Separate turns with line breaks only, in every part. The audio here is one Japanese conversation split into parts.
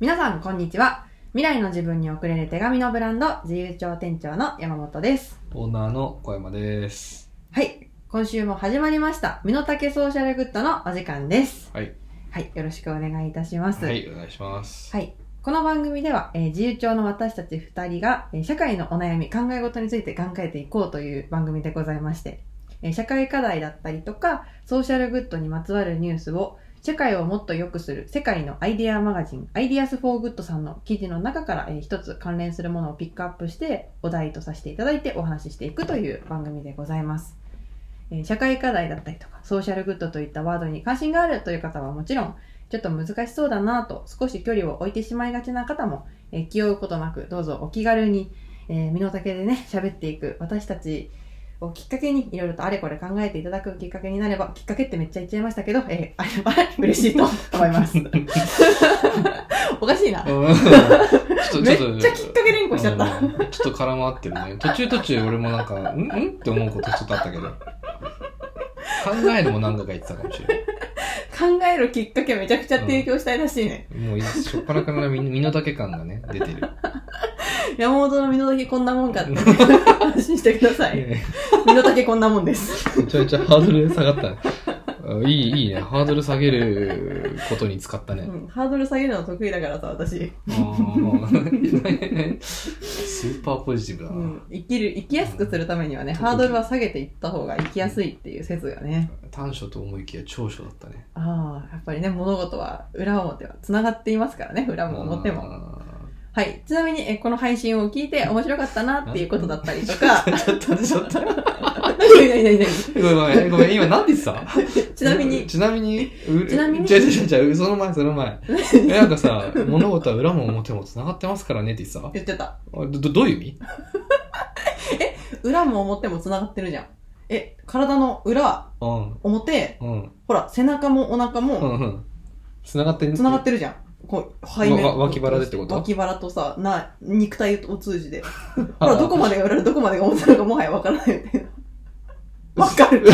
皆さん、こんにちは。未来の自分に送れる手紙のブランド、自由帳店長の山本です。
オーナーの小山です。
はい。今週も始まりました。身の丈ソーシャルグッドのお時間です。
はい。
はい。よろしくお願いいたします。
はい、お願いします。
はい。この番組では、えー自由帳の私たち2人が、えー社会のお悩み、考え事について考えていこうという番組でございまして、えー社会課題だったりとか、ソーシャルグッドにまつわるニュースを、社会をもっと良くする世界のアイデアマガジン、アイデアスフォーグッドさんの記事の中から、えー一つ関連するものをピックアップして、お題とさせていただいてお話ししていくという番組でございます。えー社会課題だったりとか、ソーシャルグッドといったワードに関心があるという方はもちろん、ちょっと難しそうだなと少し距離を置いてしまいがちな方も、えー気負うことなくどうぞお気軽に、えー身の丈でね喋っていく私たちをきっかけにいろいろとあれこれ考えていただくきっかけになればきっかけってめっちゃ言っちゃいましたけど、えー、あれば嬉しいと思います おかしいな
うんちょっと
めっちゃきっかけ連呼しちゃった
うんちょっと絡まってるね。途中途中俺もなんか、んんって思うことちょっとあったけど。考えるも何度か言ってたかもしれない。
考えるきっかけめちゃくちゃ提供したいらしいね、
もう、しょっぱなから身身の丈感がね、出てる。
山本の身の丈こんなもんかって 安心してください身の丈こんなもんです
めちゃめちゃハードル下がった。あいい、いいね。ハードル下げることに使ったね。
うんハードル下げるの得意だからさ私
あ ースーパーポジティブだ
う
な。
ん、生きる生きやすくするためにはね、
うん
ハードルは下げていった方が生きやすいっていう説がね
短所と思いきや長所だったね。
ああやっぱりね物事は裏表はつながっていますからね裏も表も
あー
はいちなみにえこの配信を聞いて面白かったなっていうことだったりと か
ちょっとちょっと。
何何何何
ごめんごめん、 ごめん、今何でさ
ちなみに
ちなみに、う
ちなみに
違う違う違う、その前その前。え、なんかさ、物事は裏も表も繋がってますからねって言ってさ、
言ってた
あど、どどういう意味
裏も表もつながってるじゃんえ体の裏
うん、
表
うん、
ほら背中もお腹
う
も
ん、うん。繋がってん
つながってるじゃんこう背面
わわ脇腹でってこと
脇腹とさな肉体を通 じでほら、どこまでが裏でどこまでが表なのかもはやわからない みたいな。わかる。
あ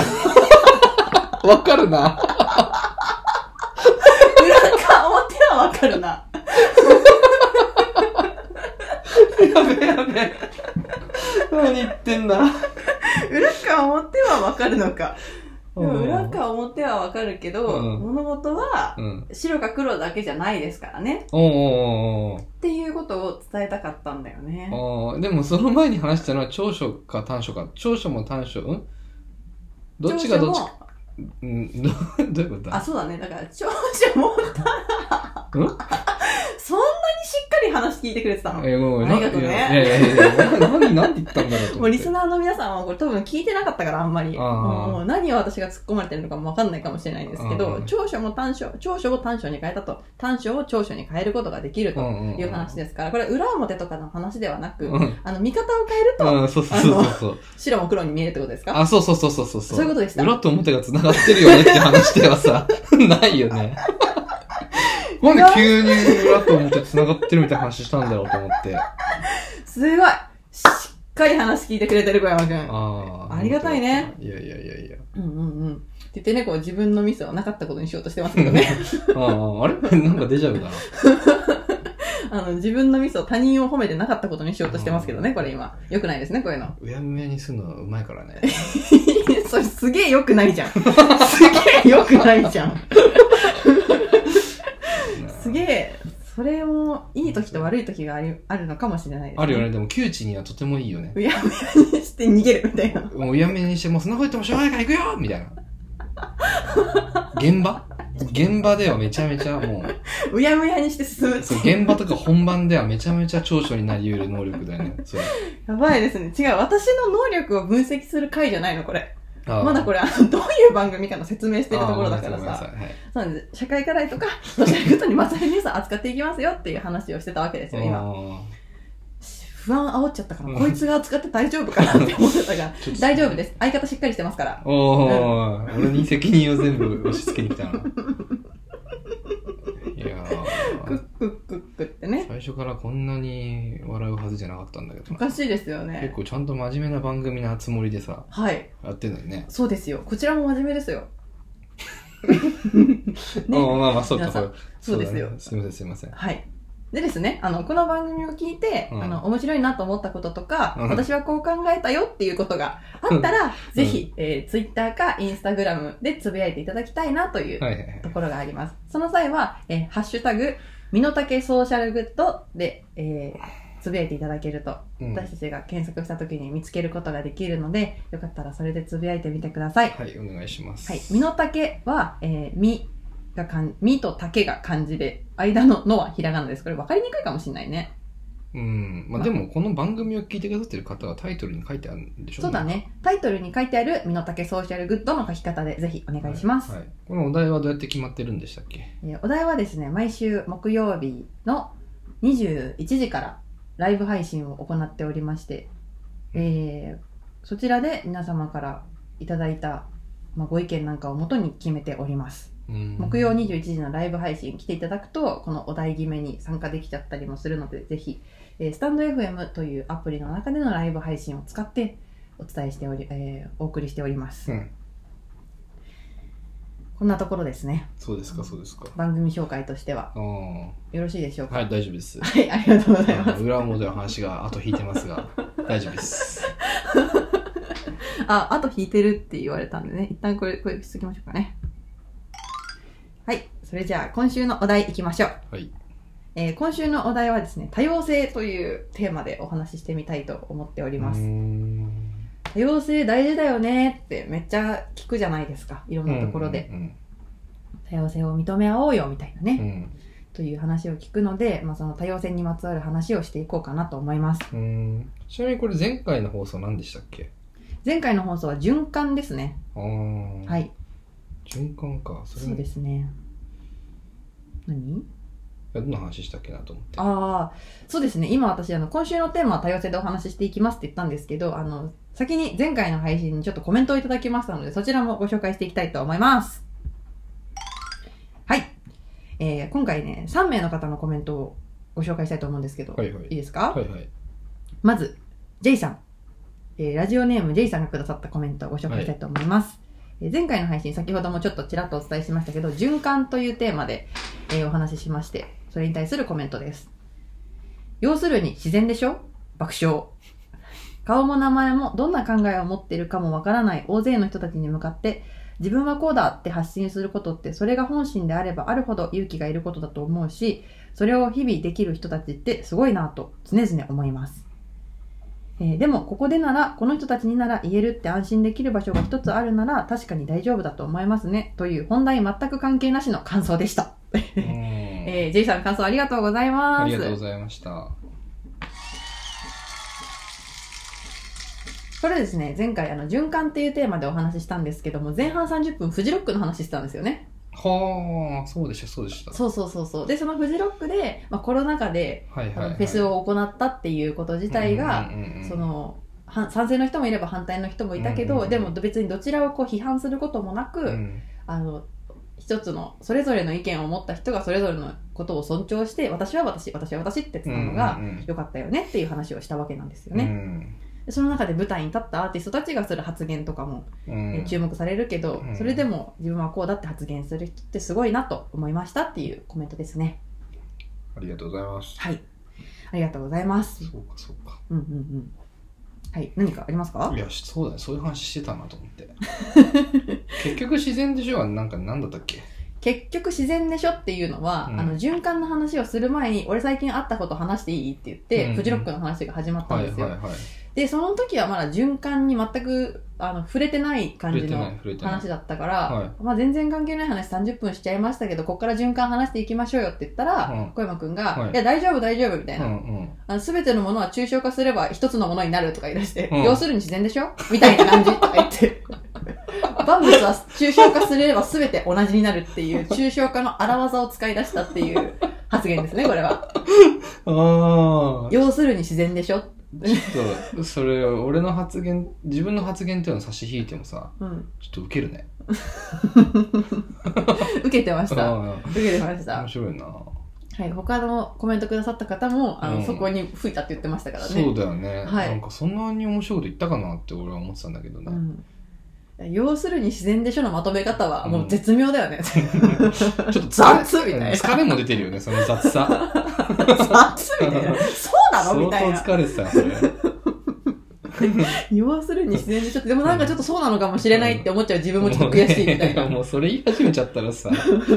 わかる
裏
な。
か表はわかるな。
やべやべ。 何言ってんだ。
裏か表はわかるのか。でも
うん
裏か表はわかるけど、
うん
物事は
うん。
白か黒だけじゃないですからね。
おんおんおん
っていうことを伝えたかったんだよね。
おんあーでもその前に話したのは長所か短所か。長所も短所、んどっちがどっち
長
か。
所も
うん、ど どういうことだ
あ、そうだね。だから、長所 も、
ん
そんなにしっかり話聞いてくれてたの。
えもう
ありがとうね
いやいやいやいや、な何、何て言ったんだろうと思って。
もうリスナーの皆さんはこれ多分聞いてなかったからあんまり
あー
もう何を私が突っ込まれてるのかもわかんないかもしれないんですけ
うん
ど
うん
長所も短所長所を短所に変えたと短所を長所に変えることができるという話ですからこれ裏表とかの話ではなく
うんうん
あの見方を変える
うん、
と
うんそうそうそうそう。
白も黒に見えるってことですか
あ、そうそうそうそうそう。
そういうことでした
裏と表が繋がってるよねって話ではさ、 ないよ ね。なんで急に裏と表繋がってるみたいな話したんだろうと思って。あ
すごいしっかり話聞いてくれてる小山くん
あー。
ありがたいね
いやいやいやいや。
うんうんうんって言ってねこう自分のミスはなかったことにしようとしてますけどね
ああ、あれ なんかデジャブだな。
あの自分のミスを他人を褒めてなかったことにしようとしてますけどねこれ今良くないですねこういうの
うやむやにするのはうまいからね。
それすげえ良くないじゃん。すげえ良くないじゃん。 すげ
え。
え、それもいい時と悪い時がありあるのかもしれないです、
あるよね。。でも、窮地にはとてもいいよね。
うやむやにして逃げるみたいな。
もううやめにして、もうそんなこと言ってもしょうがないから行くよみたいな。現場現場ではめちゃめちゃもう、
うやむやにして進むって
そう、現場とか本番ではめちゃめちゃ長所になり得る能力だよね。そう。
やばいですね。違う、私の能力を分析する回じゃないの、これ。
あー
まだこれ、あのどういう番組かの説明してるところだから
あーごめんなさ
さ。
いごめんなさいはい
そうなんです。社会課題とか、ソーシャルグッドにまつわるニュースを扱っていきますよっていう話をしてたわけですよ、今。不安煽っちゃったから、
うん
こいつが扱って大丈夫かなって思って たが
ちょっ、と
大丈夫です。相方しっかりしてますから。
おーおー、俺に責任を全部押し付けに来たな。いや
クッ
ー、
クックックってね。
最初からこんなに笑うはずじゃなかったんだけ
お
どな。
かしいですよ
結
ね。
構ちゃんと真面目な番組なつもりでさ、
はい。
やってんのにね。
そうですよ。こちらも真面目です よ。ね
ああまあまあ、そうか、
皆さん
そう
そうですよ
だねすみません、すみません。
はい。でですね、あの、この番組を聞いて、
うん
あの、面白いなと思ったこととか、
うん
私はこう考えたよっていうことがあったら、ぜひ、えー、Twitter か Instagram でつぶやいていただきたいなという
はいはいはい。
ところがあります。その際は、えーハッシュタグ、身の丈ソーシャルグッドで、えーつぶやいていただけると、
うん
私たちが検索した時に見つけることができるので、よかったらそれでつぶやいてみてください。
はい、お願いします。
はい。身の丈は、えー、身がかん、身と丈が漢字で、間ののはひらがなです。これ分かりにくいかもしれないね。
うん。まあ、でも、この番組を聞いてくださってる方はタイトルに書いてあるんでしょ
そうだ。ね。タイトルに書いてある身の丈ソーシャルグッドの書き方でぜひお願いします。
はい。はいこのお題はどうやって決まってるんでしたっけ
えーお題はですね、毎週木曜日の21時からライブ配信を行っておりまして、えーそちらで皆様からいただいた、まあ、ご意見なんかをもとに決めております。
うん
木曜21時のライブ配信来ていただくとこのお題決めに参加できちゃったりもするのでぜひ、えースタンド FM というアプリの中でのライブ配信を使ってお伝えしており、えーお送りしております、
うん。
こんなところですね
そうですか、そうですか。
番組紹介としては
ああ。は、
よろしいでしょうかはい
大丈夫です。
い、ありがとうござい
あ
ま
の
す
裏表の話が後引いてますが、大丈夫です。
ああと弾いてるって言われたんでね一旦これこれしときましょうかねはいそれじゃあ今週のお題いきましょう
はい。
えー今週のお題はですね多様性というテーマでお話ししてみたいと思っております
うーん
多様性大事だよねってめっちゃ聞くじゃないですかいろんなところで、
うん
多様性を認め合おうよみたいなね
う、ん
という話を聞くので、まあ、その多様性にまつわる話をしていこうかなと思います
うんうんちなみにこれ前回の放送何でしたっけ
前回の放送は循環ですね、
ああ、
はい
循環かそれ
そう
も
ですね何
どんな話したっけなと思って
ああそうですね今私あの今週のテーマは多様性でお話ししていきますって言ったんですけどあの先に前回の配信にちょっとコメントをいただきましたのでそちらもご紹介していきたいと思いますはい、えー、今回ね3名の方のコメントをご紹介したいと思うんですけど、
はいはい
いですか、
はいはい
まず J さん、えーラジオネーム J さんがくださったコメントをご紹介したいと思います、えー前回の配信先ほどもちょっとちらっとお伝えしましたけど循環というテーマで、えーお話ししましてそれに対するコメントです要するに自然でしょ爆笑顔も名前もどんな考えを持っているかもわからない大勢の人たちに向かって自分はこうだって発信することってそれが本心であればあるほど勇気がいることだと思うしそれを日々できる人たちってすごいなと常々思いますえーでもここでならこの人たちになら言えるって安心できる場所が一つあるなら確かに大丈夫だと思いますねという本題全く関係なしの感想でした、
うん
えー、J さん感想ありがとうございます
ありがとうございました
これですね前回あの循環っていうテーマでお話ししたんですけども前半30分フジロックの話してたんですよね
はあそうでしたそうでした
そうそうそうそうでそのフジロックで、まあ、コロナ禍で
はい
あ
はい、
の
はい、
フェスを行ったっていうこと自体が、
うんうんうんうん
そのは賛成の人もいれば反対の人もいたけど、
うんうんうん
でも別にどちらをこう批判することもなく、
うん
あの一つのそれぞれの意見を持った人がそれぞれのことを尊重して私は私私は私ってつなのが
うんうんうん
良かったよねっていう話をしたわけなんですよ
う
ね、
ん
でその中で舞台に立ったアーティストたちがする発言とかも、
うん
えー注目されるけど、
うん
それでも自分はこうだって発言する人ってすごいなと思いましたっていうコメントですね
ありがとうございます
はいありがとうございます
そうかそうか
うんうんうんはい何かありますか
いやしそうだねそういう話してたなと思って結局自然でしょはなんか何だったっけ
結局自然でしょっていうのは、
うん
あの循環の話をする前に俺最近会ったこと話していいって言って、
うん
フジロックの話が始まった
は
ん
い
です
は
よ、
いはい
でその時はまだ循環に全くあの触れてない感
触れ
じ
てない
の
触れてない
話だったから、
は
まあ、全然関係ない話30分しちゃいましたけどここから循環話していきましょうよって言ったら、
うん
小山くんが、
はい
い、や大丈夫大丈夫みたいうな、
んうん
あの全てのものは抽象化すれば一つのものになるとか言い出して、
うん
要するに自然でしょ みたいな感じとか言って。 万物は抽象化すれば全て同じになるって いう抽象化の荒技を使い出したっていう発言ですね、これは。
ああ
要するに自然でしょ
ちょっとそれ俺の発言自分の発言っていうのを差し引いてもさ
うん。
ちょっとウケるね
受けてました。
あ
受けてまし
あ
た。
面
は、
白いない
他のコメントくださった方も、あの、
うん
そこに吹いたって言ってましたからね。
そうだよね、
はい
なんかそんなに面白いこと言ったかなって俺は思ってたんだけどね、
うん要するに自然でしょのまとめ方はもう絶妙だよね。
ちょっ と
雑みたいな
疲れも出てるよね、その雑 さ。
雑みたいな。そうなのみたいな
相。当疲れてたよ、それ。
要するに自然でしょって。でもなんかちょっとそうなのかもしれないって思っちゃう自分もちょっと悔しいみたいな。
もうねもうそれ言い始めちゃったらさ、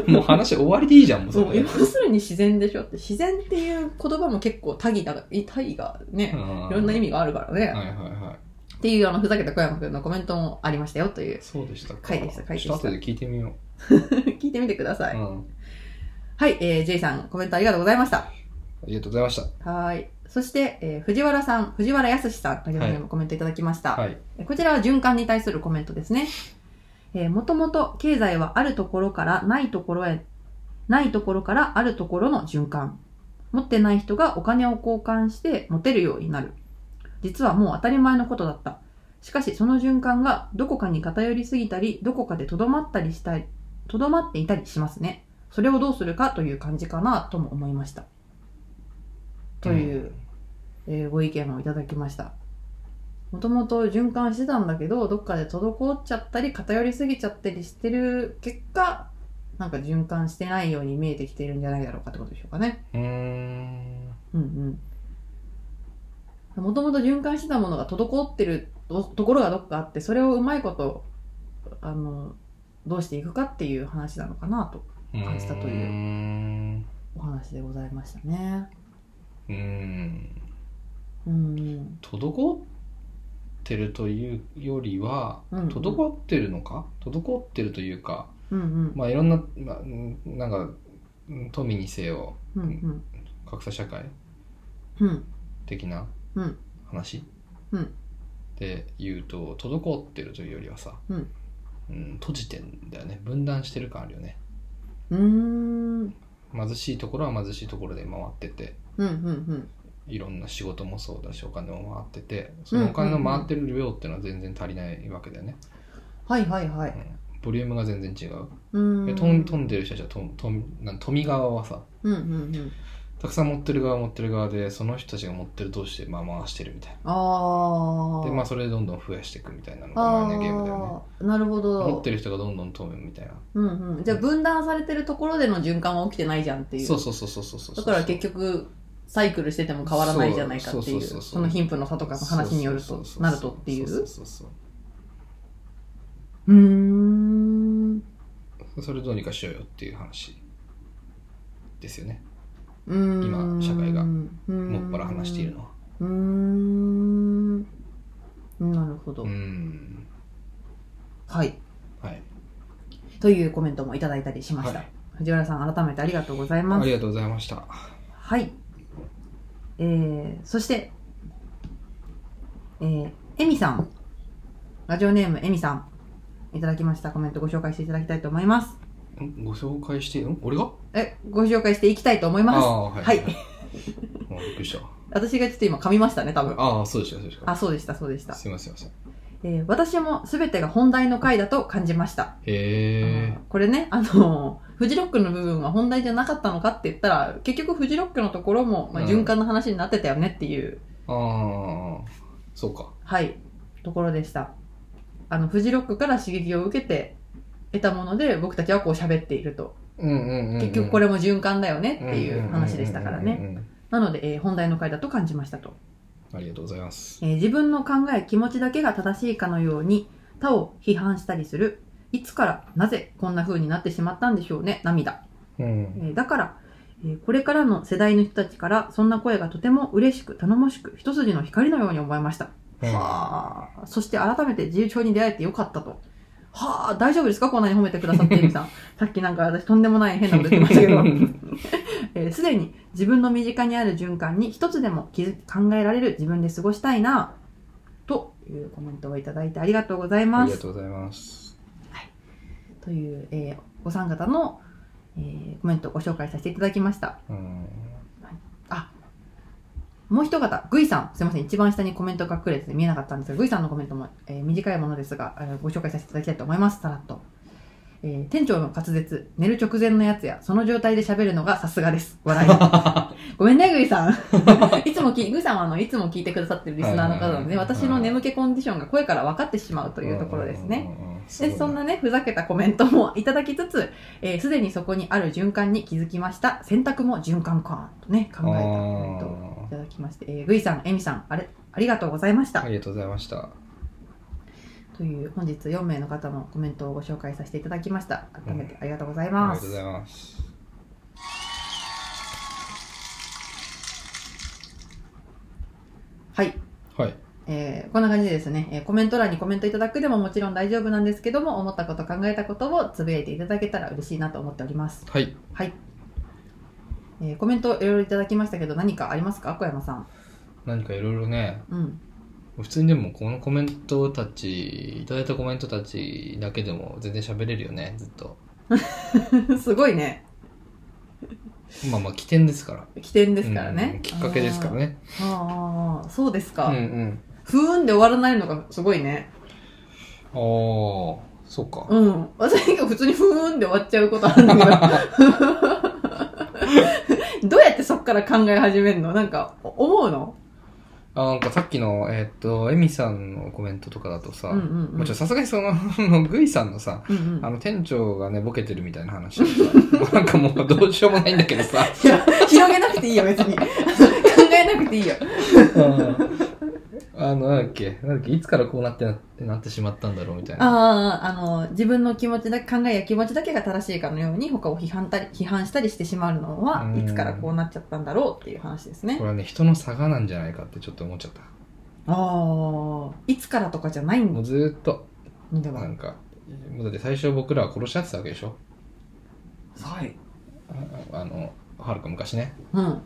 もう話終わりでいいじゃん、もう そ
そう
れ。
要するに自然でしょって。自然っていう言葉も結構多義だが、多義がね、いろんな意
味。
味があるからね。
はいはいはい。
っていうあのふざけた小山くんのコメントもありましたよという。
そうでしたか。
回でした回でした
ちょっと後で聞いてみよ
聞いてみてくださ
う。う
い。
ん。
はい、えー、J さんコメントありがとうございました。
ありがとうございまし
はーい。そして、えー藤原さん、藤原康さんという方にもコメントいただきました
た。。はい。
えこちらは循環に対するコメントですね。えーもともと経済はあるところからないところへ、ないところからあるところの循環。持ってない人がお金を交換して持てるようになる。実はもう当たり前のことだった。しかしその循環がどこかに偏りすぎたり、どこかでとどまったりしたり、とどまっていたりしますね。それをどうするかという感じかなとも思いました。という、えーご意見をいただきました。もともと循環してたんだけど、どっかで滞っちゃったり、偏りすぎちゃったりしてる結果、なんか循環してないように見えてきてるんじゃないだろうかってことでしょうかね。
うん。うーん。
うんうん。もともと循環してたものが滞ってるとところがどっかあって、それをうまいこと、あの、どうしていくかっていう話なのかなと、感じたという
うーん。
お話でございましたね。
うーん。
うんうん。
滞ってるというよりは、
うんうん
滞ってるのか滞ってるというか、
うんうん。
まあいろんな、まあ、うんなんか、うん富にせよ、
うんうん。
格差社会
うん
的な
うん
話、
うん
で言うと滞ってるというよりはさ、
うん
うん閉じてんだよね分断してる感あるよね
うーん。うん
貧しいところは貧しいところで回ってて
うんうん。
いろんな仕事もそうだしお金も回っててそのお金の回ってる量っていうのは全然足りないわけだよね、
はいはいはい。
うんボリュームが全然違う、
うん
で飛ん飛んでる人たちはとんとんなん富側はさ
うんうんうん。
たくさん持ってる側持ってる側でその人たちが持ってる同士でまあ回してるみたい
あ
な
あ。
でまあそれでどんどん増やしていくみたいなのが
あ
前のゲームだよね
ーなるほど。
持ってる人がどんどん飛ぶみたいな
うんうん。じゃあ分断されてるところでの循環は起きてないじゃんっていう。
そうそうそうそうそうそう
だから結局、サイクルしてても変わらないじゃないかっていう、
そうそうそうそう
その貧富の差とかの話による
そう
と
そうそう、そう
なるとってい
そう
う。
そうそう
うーん。
そうそれどうにかしようよっていう話ですよね
今
今社会が
も
もっぱら話しているのは
うーん。なるほど、
うん
はい。
はい
というコメントもいただいたりしました。
はい
藤原さん、改めてありがとうございます
あ。りがとうございました
はい。えー、そして、えー、エミさん。ラジオネームエミさん。いただきましたコメントご紹介していただきたいと思います。
んご紹介してん俺が
え、ご紹介していきたいと思い
あ
ます。
あはい
はい
もうびっくりした
私がちょっと今噛みましたね、多分。
ああそうでしたそうでした
あ、そうでした、そうでした。
すいませんすいません
えー、私も全てが本題の回だと感じました。
へえ
これね、あの、フジロックの部分は本題じゃなかったのかって言ったら、結局フジロックのところも、まあ、
うん
循環の話になってたよねっていう
ああそうか
はい、ところでした。あの、フジロックから刺激を受けて得たもので、僕たちはこう喋っていると。
うんうんうんうん
結局こ
れ
れも循環だよねっていう話でしたからね。なので、えー本題の回だと感じましたと、
ありがとうございます
えー自分の考え、気持ちだけが正しいかのように、他を批判したりする。いつから、なぜこんな風になってしまったんでしょうね、涙。
うん
えーだから、えーこれからの世代の人たちから、そんな声がとても嬉しく、頼もしく、一筋の光のように思いました。はあ、そして改めて自由帳に出会えてよかったと。はあ、大丈夫ですかこんなに褒めてくださって、エミさん。さっきなんか私とんでもない変なこと言ってましたけど。えーすでに自分の身近にある循環に一つでも気づ考えられる自分で過ごしたいな、というコメントをいただいてありがとうござい
あ
ま
りが
す。
とうございます
という、えーお三方の、えーコメントをご紹介させていただきました。
うん
もう一方、グイさん。すいません。一番下にコメントが隠れてて見えなかったんですが、グイさんのコメントも、えー短いものですが、えーご紹介させていただきたいと思います。さらっと。えー店長の滑舌、寝る直前のやつや、その状態で喋るのがさすがです。笑 い。ごめんね、グイさん。 いつもき、グイさんはあの、いつも聞いてくださってるリスナーの方なの
はいはい
で、
はい
私の眠気コンディションが声から分かってしまうというところですね。
うんうんうんすごい
で、そんなね、ふざけたコメントもいただきつつ、えーすでにそこにある循環に気づきました。選択も循環か、とね、考えたコメントをいただきまして、えー、ぐいさん、えみさん、あれ、ありがとうございまし
あ
た
ー。ありがとうございました。
という、本日4名の方のコメントをご紹介させていただきました。改めてありがとうござい
あり
ま
が
す。
とうございます。
はい。
はい。
えーこんな感じでですね、えーコメント欄にコメントいただくでももちろん大丈夫なんですけども、思ったこと考えたことをつぶやいていただけたら嬉しいなと思っております。
はい。
はい。えーコメントいろいろいただきましたけど、何かありますか小山さん。
何かいろいろね、
うん。
普通にでもこのコメントたち、いただいたコメントたちだけでも全然喋れるよね、ずっと。
すごいね。
まあまあ、起点ですから。
起点ですからね。
うんきっかけですからね。
あー。あーそうです
う
か。
んうん。
不運で終わらないのがすごいね。
ああ、そうか。
うん。私が普通に不運で終わっちゃうことあるんだけど。どう やってそっから考え始めるのなんか、思うの
あなんかさっきの、えーっと、エミさんのコメントとかだとさ、
うんうんうん
まあちょっとさすがにその あの、グイさんのさ、
うんうん
あの、店長がね、ボケてるみたいな話とかも うなんかもうどうしようもないんだけどさ。
いや、 広げなくていいよ、 別に。考えなくていいよ。
あの、なんだっけ、なんだっけ、いつからこうなってななってしまったんだろうみたいな。
ああ、あの、自分の気持ちだけ、考えや気持ちだけが正しいかのように、他を批判たり、批判したりしてしまうのは
う、ん
いつからこうなっちゃったんだろうっていう話です
こ
ね。
れはね、人の差がなんじゃないかってちょっと思っちゃった。
ああ、いつからとかじゃない
も
ん
うずーっと、
では。
な
は
んか、もうだって最初僕らは殺し合ってたわけでしょ
い。
ああの、はるか昔ね。
うん。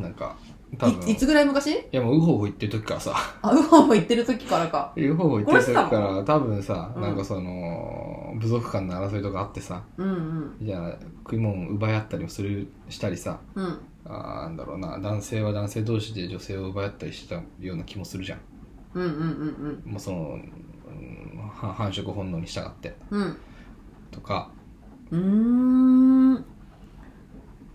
なんか、多分。
いい
い
つぐらい昔
やもう、ウホウホ言ってる時からさ、
あ、ウホウホ言ってる時からか。
ウホウホ言ってる時か
殺
ら、多分さ、
うん
なんかその、部族間の争いとかあってさ、
うんうん。
じゃあ、食い物を奪い合ったりもする、したりさ、
うん。
あーなんだろうな、男性は男性同士で女性を奪い合ったりしてたような気もするじゃん。
うんうんうん
もうその、うんは繁殖本能に従って。
うん。うん。
とか、
うーん。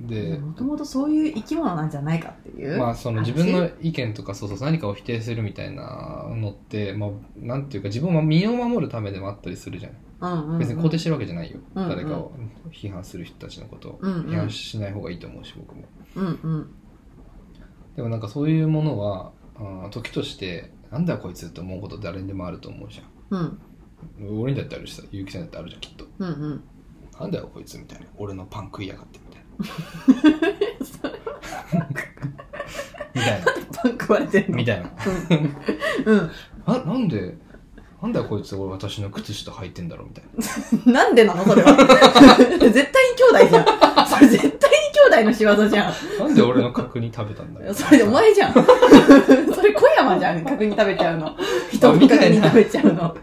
で、
もともとそういう生き物なんじゃないかっていう。
まあその自分の意見とかそうそう何かを否定するみたいなのって、まあ、なんていうか自分は身を守るためでもあったりするじゃない、
うんうんうん、
別に肯定してるわけじゃないよ、
うんうん
誰かを批判する人たちのことを、
うんうん
批判しない方がいいと思うし僕も
うんうん。
でもなんかそういうものはあー時としてなんだよこいつって思うこと誰にでもあると思うじゃ
うん
ん俺にだってあるしさ結城さんだってあるじゃんきっと
うんうん。
なんだよこいつみたいな俺のパン食いやがってみたいな みたいな
パン食われてんの
みたいな
うん。
ななんでなんだよこいつ俺私の靴下履いてんだろうみたいな
なんでなのそれは。絶対に兄弟じゃん。それ絶対に兄弟の仕業じゃん。
なんで俺の角煮食べたんだ よ
それお前じゃん。それ小山じゃん。角煮食べちゃうの。人の
みた
角
い
煮
な
食べちゃうの。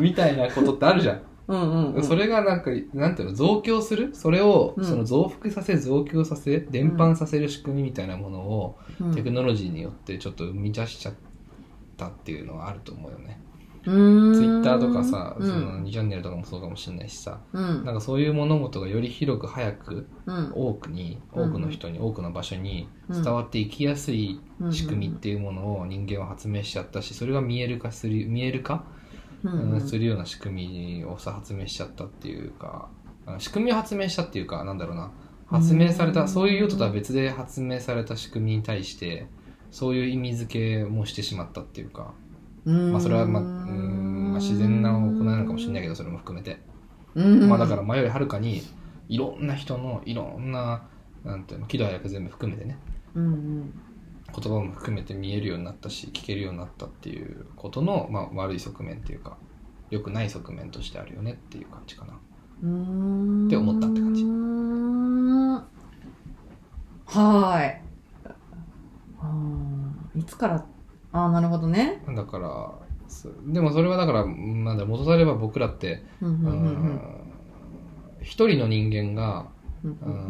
みたいなことってあるじゃん、
うんうん、うん。
それがなんかなんていうの増強するそれを、
うん
その増幅させ増強させ伝播させる仕組みみたいなものを、
う
テク
ん、
ノロジーによってちょっと生み出しちゃったっていうのはあると思うよね、ツイッターとかさ、
うん、
その2チャンネルとかもそうかもしれないしさ
うん。
なんかそういう物事がより広く早く
うん。
多くに
うん
多くの人に、多くの場所に伝わっていきやすい仕組みっていうものを人間は発明しちゃったしそれが見える化する見える化、
うんう
うん
ん
するような仕組みをさ発明しちゃったっていうかあ仕組みを発明したっていうかなんだろうな発明され
う
た
ん
そういう用途とは別で発明された仕組みに対してそういう意味付けもしてしまったっていうか、
うん
まあ、それは、まあうんまあ、自然な行いなのかもしれないけどそれも含めて、
うん
まあ、だから前よりはるかにいろんな人のいろんななんていうの喜怒哀楽全部含めてね
うんうん
言葉も含めて見えるようになったし聞けるようになったっていうことの、まあ、悪い側面っていうか良くない側面としてあるよねっていう感じかな
うーん
って思ったって感じ
うーんはーいあーいつからああなるほどね
だからそうでもそれはだからうんなんだ戻されれば僕らって
うんうん
う
うん
ん一人の人間が
うん
う
うんんうん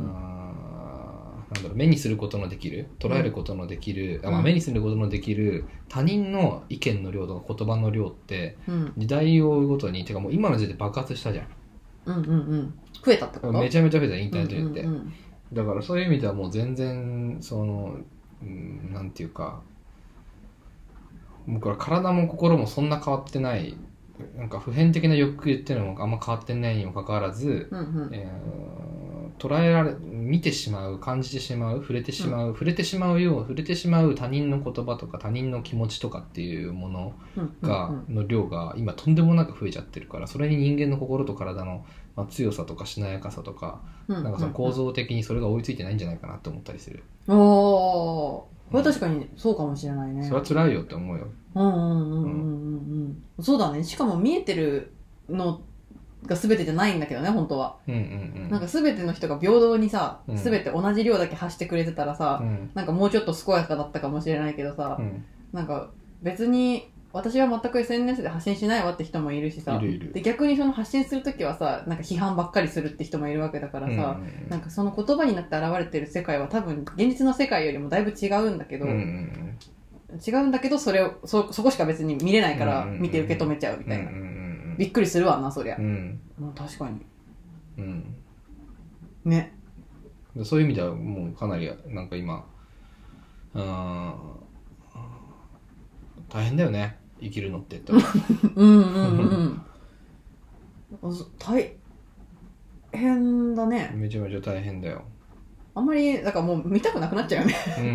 なんだろう目にすることのできる捉えることのできる、あまあ、目にすることのできる他人の意見の量とか言葉の量って
うん
時代を追うごとにてかもう今の時点で爆発したじゃ
うんうんうん増えたってこと
んめ
ゃ
ちゃめちゃ増えたインターネットによって、
うんうんうん
だからそういう意味ではもう全然その、うん、なんていうか僕ら体も心もそんな変わってないなんか普遍的な欲求っていうのもあんま変わってないにもかかわらず、
うんうん
えー捉えられ、見てしまう、感じてしまう、触れてしまう、触れてしまうよう、触れてしまう他人の言葉とか他人の気持ちとかっていうもの
うんうん
が、
うん
の量が今とんでもなく増えちゃってるから、それに人間の心と体の、まあ、強さとかしなやかさとか、
うん
なんかその構造的にそれが追いついてないんじゃないかなって思ったりする。
うんおーこれ確かにそうかもしれないね
それは辛いよって思うよ。
うんうんうんうんうんうんそうだねしかも見えてるのが全てじゃないんだけどね本当は
うんうんうん。
なんか全ての人が平等にさ、
うん
全て同じ量だけ発してくれてたらさ、
うん、
なんかもうちょっと健やかだったかもしれないけどさ、
うん、
なんか別に私は全く SNS で発信しないわって人もいるしさ
いるいる
で逆にその発信するときはさなんか批判ばっかりするって人もいるわけだからさ、
うん
なんかその言葉になって現れてる世界は多分現実の世界よりもだいぶ違うんだけど、
うんうん
違うんだけどそれをそそこしか別に見れないから
うんうんうん
見て受け止めちゃうみ
うん、
たいな、
うんうん
びっくりするわなそりゃ
う、ん
うん確かに
うん
ね
うんそういう意味ではもうかなりなんか今うーん大変だよね生きるのってって思う
うんうんうんあそ大変だ ね
めちゃめちゃ大変だよ
あんまりだからもう見たくなくなっちゃうよね
うんうんう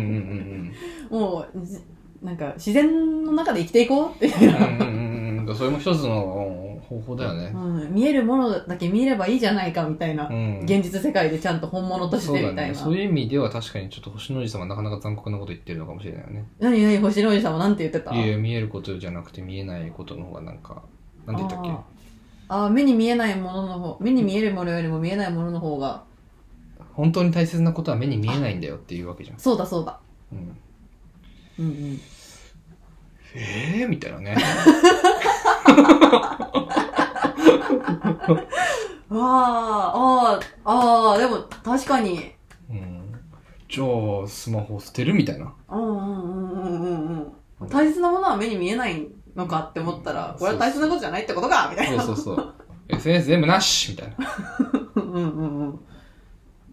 ん
もうじなんか自然の中で生きていこうっていう
うんうんうんうんうんそれも一つの方法だよね
うん、見えるものだけ見ればいいじゃないかみたいな、
うん
現実世界でちゃんと本物とし
そう
てみ
だ
たい
ね
な、
そういう意味では確かにちょっと星野寺さんはなかなか残酷なこと言ってるのかもしれないよね
何何星野おじさんはなんて言ってた
いやいや見えることじゃなくて見えないことの方がなんかなんて言ったっけ
あーあー目に見えないものの方目に見えるものよりも見えないものの方が
本当に大切なことは目に見えないんだよっていうわけじゃん、
そうだそうだ
うん、
うんうん
ええー、みたいなね
わああああーでも確かに
うんじゃあスマホ捨てるみたいな
うんうんうんうんうんうん大切なものは目に見えないのかって思ったら、
うん
これは大切なことじゃないってことかみたい
そう
な
そうそう SNS 全部なしみたいな
うんうんうん。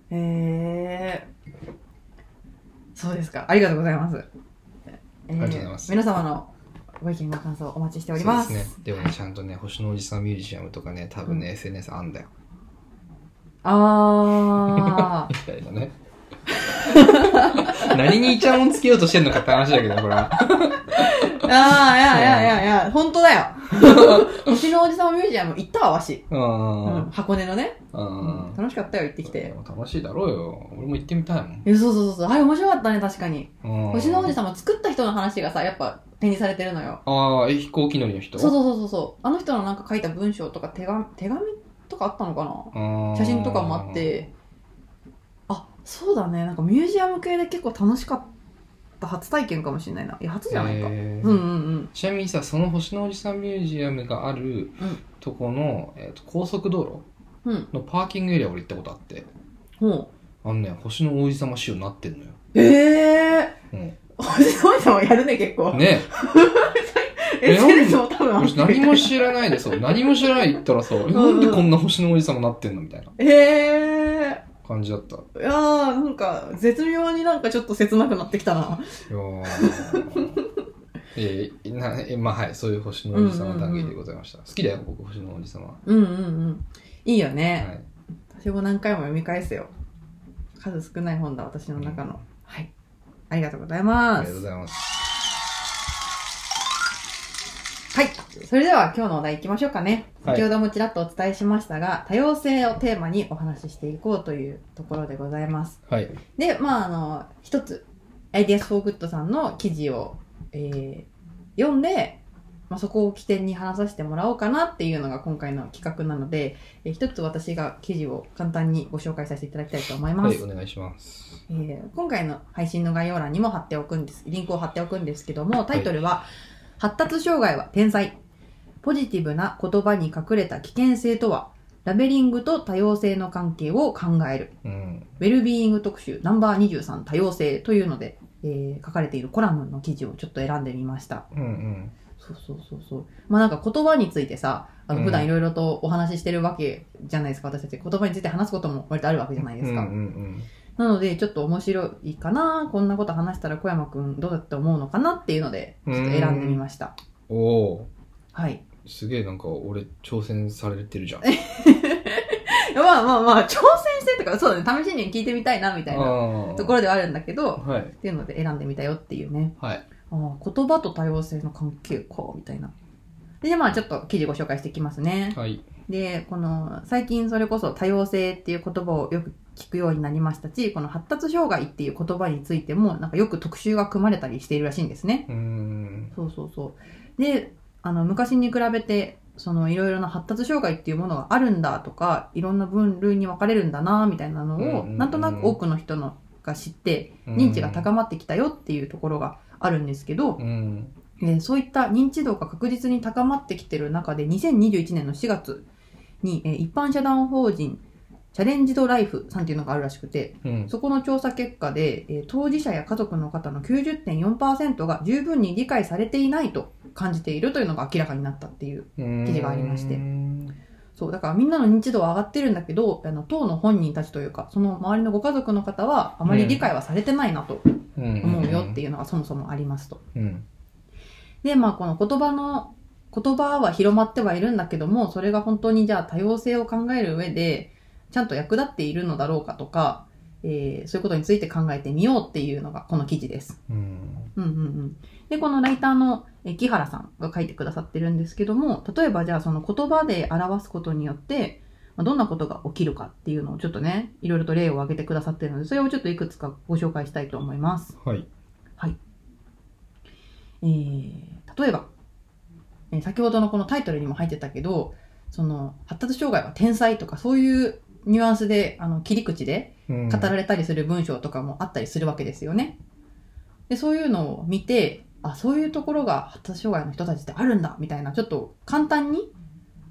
へえ。そうですか。ありがとうございます。あり
がとうございます
皆様のご意見ご感想お待ちしております。
そうですねでもねちゃんとね星のおじさんミュージアムとかね多分ね、SNS あんだよ
あ
みたいなね 何にイチャモンつけようとしてんのかって話だけどこれは
ー。ああ、いやいやいやいや、本当だ よ。星のおじさまミュージアム行ったわ、わし。
うん
う
うん
ん、箱根のね、
うん
楽しかったよ、行ってき
で
て。
も楽しいだろうよ俺も行ってみたいも
えそうそうそうそう。あれ面白かったね、確かに。
ん、うん、
星のおじ
さん
さま作った人の話がさ、やっぱ展示されてるのよ。
ああえ飛行機乗りの人
そうそうそうそうそう。あの人のなんか書いた文章とか手紙、手紙とかあったのかな写
写
真とかもあってあそうだねなんかミュージアム系で結構楽しかった初体験かもしれないないや初じゃないか、
へー
うんうんうん
ちなみにさその星のおじさんミュージアムがある
うん
とこの、えーと高速道
うん
路のパーキングエリア俺行ったことあって
ほ
あのね星の王子様仕様になってんのよ、
うええ
うん、
ー、 星野おじさんもやるね結構
ねえなんで
SNS も多分ある
俺何も知らないで そう何も知らない行ったらさえなんでこんな星の王子様になってんのみたいな
ええ
感じだったい
ー、いやーなんか絶妙になんかちょっと切なくなってきたな
やー えーなえまあはいそういう星の王子様談義でございました、好きだよ僕星の王子様は
うんうんうんいいよ
い
ね、私も何回も読み返すよ数少ない本だ私の中の、
うん
はいありがとうござい
あ
ま
りが
す
とうございます
はい。それでは今日のお題行きましょうかね。
はい
先ほどもちらっとお伝えしましたが、多様性をテーマにお話ししていこうというところでございます。
はい
で、まあ、あの、一つ、Ideas for Good さんの記事を、えー読んで、まあ、そこを起点に話させてもらおうかなっていうのが今回の企画なので、えー一つ私が記事を簡単にご紹介させていただきたいと思います。
はいお願いします
えー今回の配信の概要欄にも貼っておくんです、リンクを貼っておくんですけども、タイトルは、発達障害は天才。ポジティブな言葉に隠れた危険性とは、ラベリングと多様性の関係を考える。
うん
ウェルビーイング特集ナンバー23多様性というので、えー書かれているコラムの記事をちょっと選んでみました。
うんうん
そうそうそうそう。まあなんか言葉についてさ、あ
う
の
ん
普段いろいろとお話ししてるわけじゃないですか、私たち。言葉について話すことも割とあるわけじゃないですか。
うんうんうん
なので、ちょっと面白いかな、こんなこと話したら小山くんどうだって思うのかなっていうので、ちょっと選んでみました。
おお
はい。
すげえなんか俺挑戦されてるじゃん。
まあまあまあ、挑戦してとか、そうだね、試しに聞いてみたいなみたいな
ああ
ところではあるんだけど、
はい。
っていうので選んでみたよっていうね。
はい。
ああ言葉と多様性の関係か、みたいな。で、まあちょっと記事ご紹介していきますね。
はい。
で、この、最近それこそ多様性っていう言葉をよく聞くようになりましたし、この発達障害っていう言葉についても、なんかよく特集が組まれたりしているらしいんですね。
うーん。
そうそうそう。で、あの、昔に比べて、その、いろいろな発達障害っていうものがあるんだとか、いろんな分類に分かれるんだな、みたいなのを、
うんうんうん
なんとなく多くの人のが知って、認知が高まってきたよっていうところがあるんですけど、
うん。
えーそういった認知度が確実に高まってきてる中で、2021年の4月に、えー一般社団法人、チャレンジドライフさんっていうのがあるらしくて、
うん。
そこの調査結果で、えー当事者や家族の方の90.4%が十分に理解されていないと感じているというのが明らかになったっていう。
記
記事がありまして
うん。
そう、だからみんなの認知度は上がってるんだけど、あの、当の本人たちというか、その周りのご家族の方はあまり理解はされてないなと思うよって
い
いうのがそもそもありますと。
うん。
で、まあこの言葉の、言葉は広まってはいるんだけども、それが本当にじゃあ多様性を考える上で、ちゃんと役立っているのだろうかとか、えーそういうことについて考えてみようっていうのがこの記事です。
うん。
うんうんうん。で、このライターのえー木原さんが書いてくださってるんですけども、例えばじゃあその言葉で表すことによって、まあどんなことが起きるかっていうのをちょっとね、いろいろと例を挙げてくださってるので、それをちょっといくつかご紹介したいと思います。
はい。
えー例えば、えー先ほどのこのタイトルにも入ってたけど、その発達障害は天才とかそういうニュアンスで、あの、切り口で
語
語られたりする文章とかもあったりするわけですよね。で、そういうのを見て、あ、そういうところが発達障害の人たちってあるんだ、みたいな、ちょっと簡単に、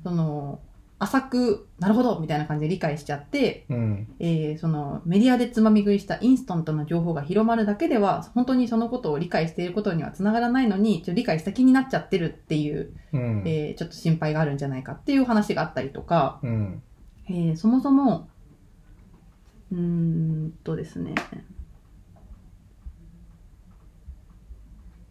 その、浅く、なるほど、みたいな感じで理解しちゃって、
うん。
えーそのメディアでつまみ食いしたインスタントな情報が広まるだけでは本当にそのことを理解していることにはつながらないのにちょっと理解した気になっちゃってるっていう、
うん。
えーちょっと心配があるんじゃないかっていう話があったりとか、
うん。
えーそもそもうーんとですね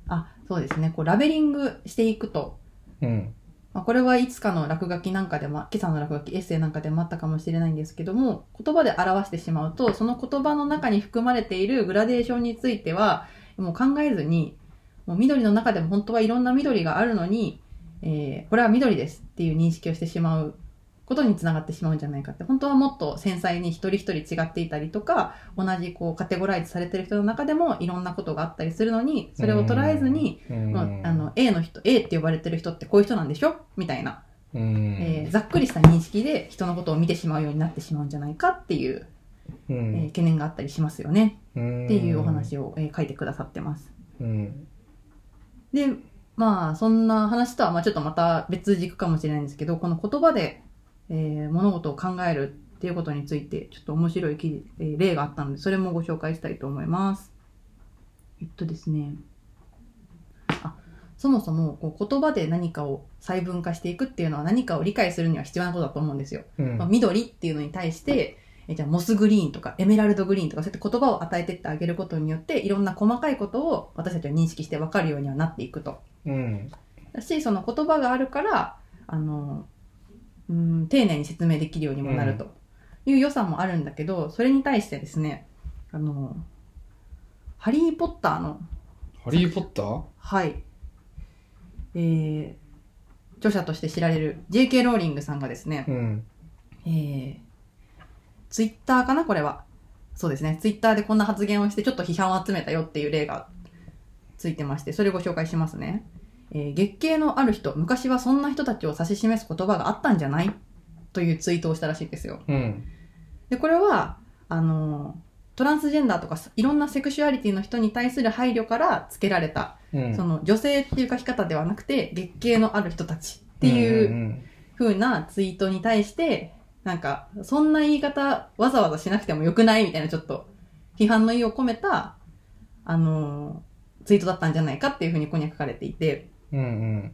あそうですねこうラベリングしていくと
うん。
まあ、これはいつかの落書きなんかでも、今朝の落書き、エッセイなんかでもあったかもしれないんですけども、言葉で表してしまうと、その言葉の中に含まれているグラデーションについては、もう考えずに、もう緑の中でも本当はいろんな緑があるのに、えーこれは緑ですっていう認識をしてしまうことにつながってしまうんじゃないかって、本当はもっと繊細に一人一人違っていたりとか、同じこうカテゴライズされてる人の中でもいろんなことがあったりするのに、それを捉えずに、
うん、
まあ、あの A の人 A って呼ばれてる人ってこういう人なんでしょみたいな、
うん、
えーざっくりした認識で人のことを見てしまうようになってしまうんじゃないかっていう、え
うん
ー懸念があったりしますよね
うん
っていうお話を、えー書いてくださってます。
うん
でまあそんな話とはまあちょっとまた別軸かもしれないんですけどこの言葉で、えー物事を考えるっていうことについてちょっと面白い記事、えー例があったのでそれもご紹介したいと思います。えっとですねあそもそもこう言葉で何かを細分化していくっていうのは何かを理解するには必要なことだと思うんですよ。
うん
まあ、緑っていうのに対して、えじゃあモスグリーンとかエメラルドグリーンとかそうやって言葉を与えてってあげることによっていろんな細かいことを私たちは認識して分かるようにはなっていくと。
うん
だしその言葉があるからあのうん丁寧に説明できるようにもなるという良さもあるんだけどそれに対してですねあの「ハリー・ポッター」の
ハリー・ポッター
はい。えー著者として知られる J.K. ローリングさんがですね、
うん
えー、ツイッターかなこれは。そうですね。ツイッターでこんな発言をして、ちょっと批判を集めたよっていう例がついてまして、それをご紹介しますね。えー月経のある人、昔はそんな人たちを指し示す言葉があったんじゃないというツイートをしたらしいんですよ。
うん
で、これは、あのートランスジェンダーとかいろんなセクシュアリティの人に対する配慮から付けられた、
うん
その女性っていう書き方ではなくて、月経のある人たちっていう
うん
ふうなツイートに対して、なんか、そんな言い方わざわざしなくてもよくないみたいなちょっと批判の意を込めた、あのーツイートだったんじゃないかっていうふうにここには書かれていて、
うんうん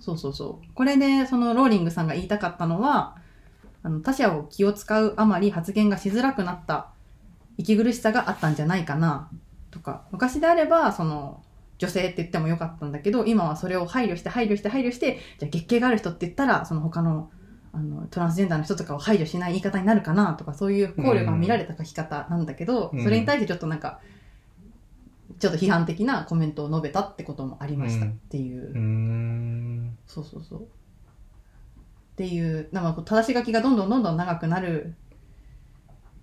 そうそうそう。これで、そのローリングさんが言いたかったのは、あの他者を気を使うあまり発言がしづらくなった、息苦しさがあったんじゃないかな、とか、昔であれば、その、女性って言ってもよかったんだけど今はそれを配慮して配慮して配慮してじゃあ月経がある人って言ったらその他のあのトランスジェンダーの人とかを排除しない言い方になるかなとかそういう考慮が見られた書き方なんだけど、
うん
それに対してちょっとなんかちょっと批判的なコメントを述べたってこともありました
う
っ
ん
ていう、
うーん
そうそうそうっていうなんかこう正し書きがどんどんどんどん長くなる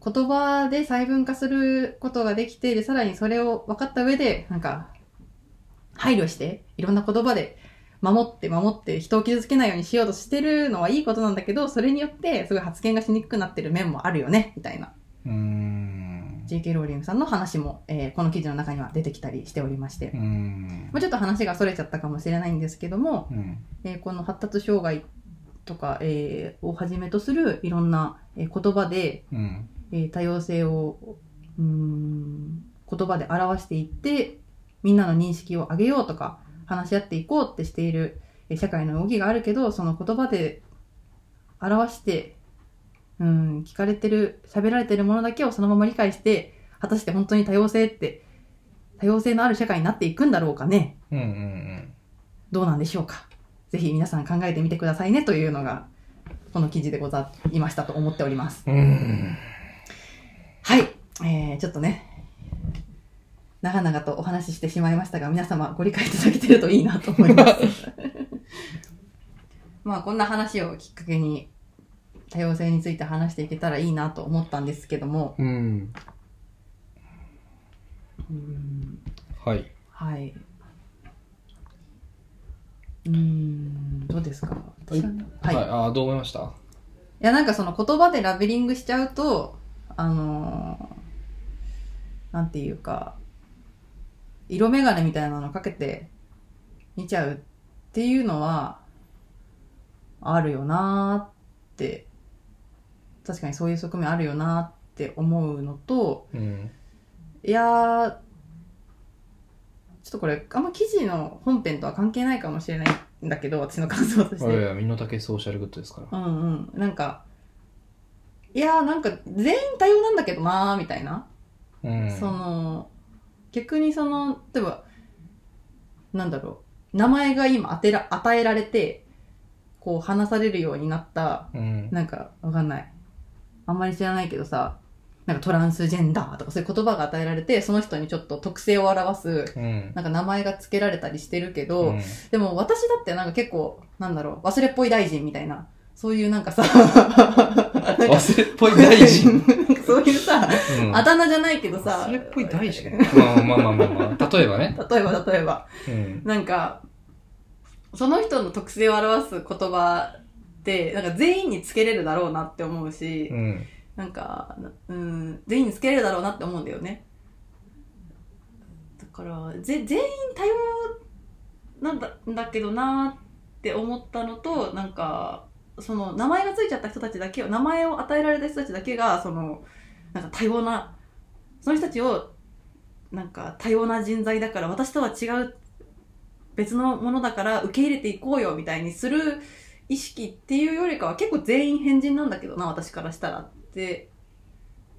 言葉で細分化することができてでさらにそれを分かった上でなんか配慮していろんな言葉で守って守って人を傷つけないようにしようとしてるのはいいことなんだけどそれによってすごい発言がしにくくなってる面もあるよねみたいな
うーん
JK ローリングさんの話も、えーこの記事の中には出てきたりしておりまして、
うーん
まあ、ちょっと話がそれちゃったかもしれないんですけども、
うん
えーこの発達障害とか、えーをはじめとするいろんな、えー言葉で、
うん
えー多様性をうーん言葉で表していってみんなの認識を上げようとか話し合っていこうってしている、えー社会の動きがあるけどその言葉で表してうん聞かれてる喋られてるものだけをそのまま理解して果たして本当に多様性って多様性のある社会になっていくんだろうかね
うんうん
どうなんでしょうかぜひ皆さん考えてみてくださいねというのがこの記事でございましたと思っております
うんうん
はい、えー、ちょっとね長々とお話ししてしまいましたが皆様ご理解いただけてるといいなと思います まあこんな話をきっかけに多様性について話していけたらいいなと思ったんですけども
うん
うん
はい
はいうーんどうですか私はね
はい、ああどう思いました
いや、なんかその言葉でラベリングしちゃうと、あのーなんていうか、色眼鏡みたいなのかけて見ちゃうっていうのは、あるよなーって、確かにそういう側面あるよなーって思うのと、
うん
いやー、ちょっとこれ、あんま記事の本編とは関係ないかもしれないんだけど、私の感想として。
いやいや身の丈ソーシャルグッドですから
うんうん。なんか、いやーなんか全員多様なんだけどなーみたいな。
うん
その、逆にその、例えば、なんだろう、名前が今当てら与えられて、こう話されるようになった、
うん
なんかわかんない。あんまり知らないけどさ、なんかトランスジェンダーとかそういう言葉が与えられて、その人にちょっと特性を表す、
うん
なんか名前が付けられたりしてるけど、
うん
でも私だってなんか結構、なんだろう、忘れっぽい大臣みたいな、そういうなんかさ、
忘れっぽい大臣
そういうさ、
うん
あだ名じゃないけどさ、
忘れっぽい大臣まあまあまあまあまあ例えばね
例えば例えば、
うん
なんか、その人の特性を表す言葉って、なんか全員につけれるだろうなって思うし、
うん
なんか、うん、全員につけれるだろうなって思うんだよね。だから、ぜ全員多様なんだだけどなーって思ったのと、なんか、その名前がついちゃった人たちだけを、名前を与えられた人たちだけが、その、なんか多様な、その人たちを、なんか多様な人材だから、私とは違う、別のものだから受け入れていこうよみたいにする意識っていうよりかは結構全員変人なんだけどな、私からしたらって。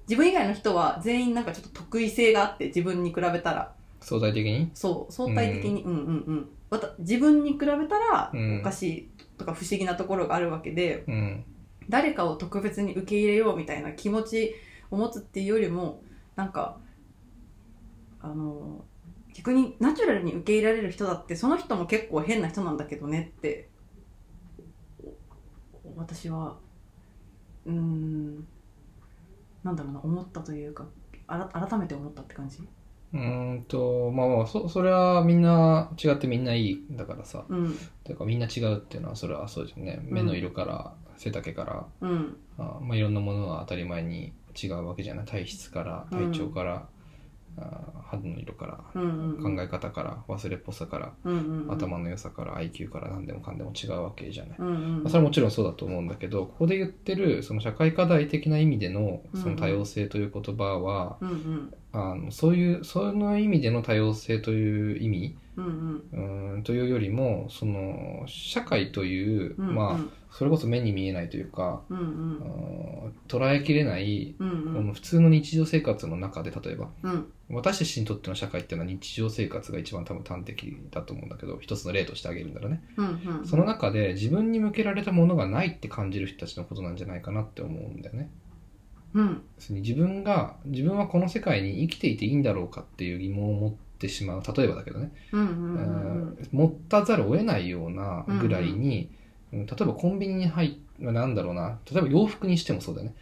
自分以外の人は全員なんかちょっと得意性があって、自分に比べたら。
相対的に
そう、相対的に、うん、うんうんわた自分に比べたら
うん
おかしいとか不思議なところがあるわけで、
うん
誰かを特別に受け入れようみたいな気持ちを持つっていうよりも、なんか、あの、逆にナチュラルに受け入れられる人だって、その人も結構変な人なんだけどねって、お私は、うーん、なんだろうな、思ったというか、あら改めて思ったって感じ。
うーんとまあまあそそれはみんな違ってみんないいだからさ
うん、
てかみんな違うっていうのはそれはそうですよね目の色から背丈から、
うん。
あまあ、いろんなものは当たり前に違うわけじゃない体質から体調から、あ肌の色から考
考
え方から忘れっぽさから頭の良さから IQ から何でもかんでも違うわけじゃない、まあ、それはもちろんそうだと思うんだけどここで言ってるその社会課題的な意味での
うん
その多様性という言葉は、
うんうん
あのそういうその意味での多様性という意味
うんうん
うーんというよりもその社会という、
うんうん
まあ、それこそ目に見えないというか、
うんうん
うん捉えきれない、
うんう
こ
ん
の普通の日常生活の中で例えば
うん
私たちにとっての社会っていうのは日常生活が一番多分端的だと思うんだけど一つの例として挙げるんだろうね
うんうん
その中で自分に向けられたものがないって感じる人たちのことなんじゃないかなって思うんだよね
うん
別に自分が自分はこの世界に生きていていいんだろうかっていう疑問を持ってしまう例えばだけどね、
うんうんうん
えー持ったざるを得ないようなぐらいに、うん例えばコンビニに入っなんだろうな例えば洋服にしてもそうだよね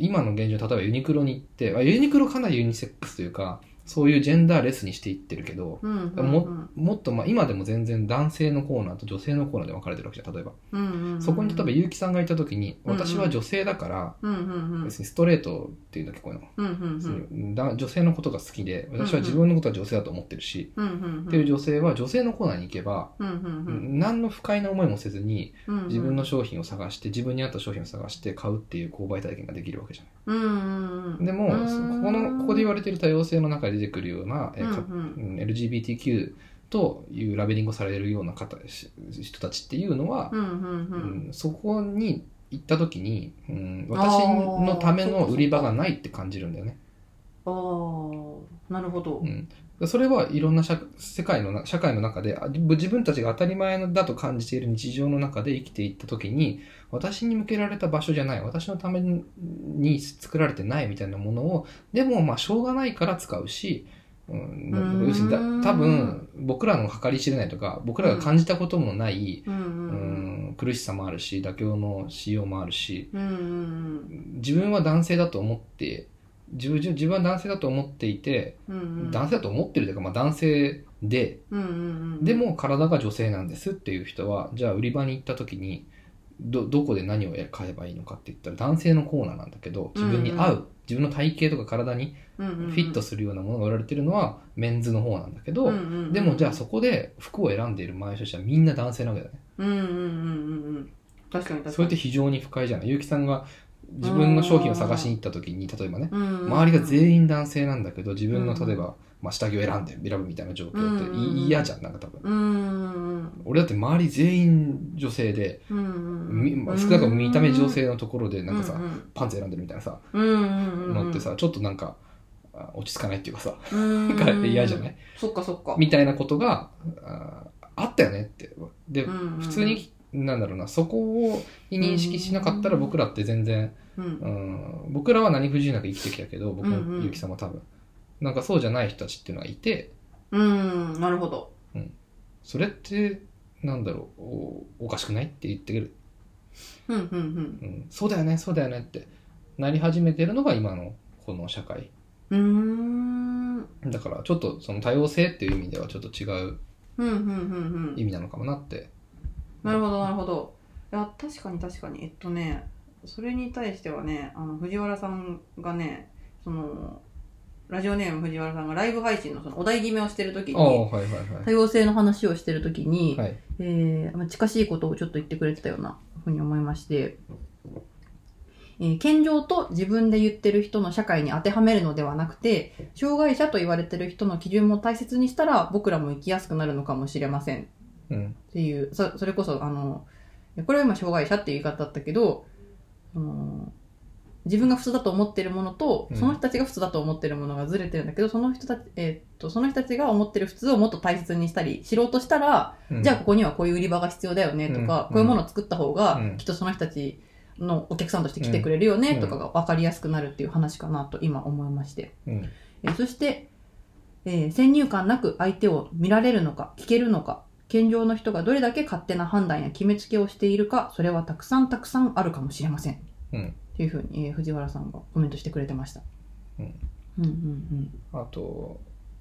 今の現状例えばユニクロに行ってあユニクロかなりユニセックスというかそういうジェンダーレスにしていってるけど、
うんうんうん
ももっとまあ今でも全然男性のコーナーと女性のコーナーで分かれてるわけじゃん例えば、
うんうん
そこに例えば結城さんがいた時に
うんうん
私は女性だから、
うんうんうん
別にストレートっていうだけこういうの、
うんうんうん
だ女性のことが好きで私は自分のことは女性だと思ってるし、
うんうんうん
っていう女性は女性のコーナーに行けば、
うんうんうん
何の不快な思いもせずに
うんうん
自分の商品を探して自分に合った商品を探して買うっていう購買体験ができるわけじゃな
うんうんう
い
ん
でも
う
こ
ーん
このここで言われてる多様性の中で出てくるような、え
うんう
ーか
ん
うん LGBTQ というラベリングをされるような方し人たちっていうのは
う、んうんう
うんんそこに行った時に、うん、私のための売り場がないって感じるんだよね。
ああなるほど
うんそれはいろんな社世界のな社会の中であ自分たちが当たり前だと感じている日常の中で生きていった時に私に向けられた場所じゃない私のために作られてないみたいなものをでもまあしょうがないから使うし、うん
うーん
要するにだ多分僕らの計り知れないとか僕らが感じたこともない、
うんう
うんん苦しさもあるし妥協のしようもあるし
うんうんうん
自分は男性だと思って自分自分は男性だと思っていて
うんうん
男性だと思ってるというか、まあ、男性で、
うんうんうん
でも体が女性なんですっていう人は、じゃあ売り場に行った時に、ど、どこで何を買えばいいのかって言ったら男性のコーナーなんだけど、自分に合う、
うん
自分の体型とか体に
フ
フィットするようなものが売られてるのはメンズの方なんだけど、
と
でもじゃあそこで服を選んでいる前の人はみんな男性なわけだね。
うんうんうんうんうん確かに確かに
それって非常に不快じゃない。結城さんが自分の商品を探しに行った時に、例えばね、周りが全員男性なんだけど自分の例えば、まあ、下着を選んで選ぶみたいな状況って
うん
い嫌じゃんなんか多分
うんうん
俺だって周り全員女性で、
うんうんうん
みまあ少なくとも見た目女性のところでなんかさ、
うん
パンツ選んでるみたいなさ、
うんうん
のってさちょっとなんかあ落ち着かないっていうかさ
うん
なんか嫌じゃない
そっかそっか
みたいなことがああったよねってで、
普
普通になんだろうなそこを認識しなかったら僕らって全然うん、僕らは何不自由なく生きてきたけど僕
うんう
も
ん
結城さんも多分なんかそうじゃない人たちっていうのがいて
うんなるほど
それってなんだろうおおかしくないって言ってくる、
うんうんうん
うん、そうだよねそうだよねってなり始めてるのが今のこの社会
うーんうん
だからちょっとその多様性っていう意味ではちょっと違う
うんうんうん
意味なのかもなって
なるほどなるほどいや確かに確かにえっとねそれに対してはねあの藤原さんがねそのラジオネーム藤原さんがライブ配信のそのお題決めをしてる時
ああ
に
はいはい
多様性の話をしてる時に、
はいはい
えーまあ近しいことをちょっと言ってくれてたようなふうに思いまして、えー健常と自分で言ってる人の社会に当てはめるのではなくて障害者と言われてる人の基準も大切にしたら僕らも生きやすくなるのかもしれません
うん
っていう、そそれこそ、あの、これは今障害者っていう言い方だったけど、その自分が普通だと思ってるものと、
うん
その人たちが普通だと思ってるものがずれてるんだけど、その人たち、えーっと、その人たちが思ってる普通をもっと大切にしたり、知ろうとしたら、
うん
じゃあここにはこういう売り場が必要だよねとか、
うん
こういうものを作った方が、
うん
きっとその人たちのお客さんとして来てくれるよねとかが分かりやすくなるっていう話かなと今思いまして。
うん
えーそして、えー先入観なく相手を見られるのか、聞けるのか、健常の人がどれだけ勝手な判断や決めつけをしているか、それはたくさんたくさんあるかもしれません。
うん
っていうふうに、えー藤原さんがコメントしてくれてました。
うん
うんうん
あと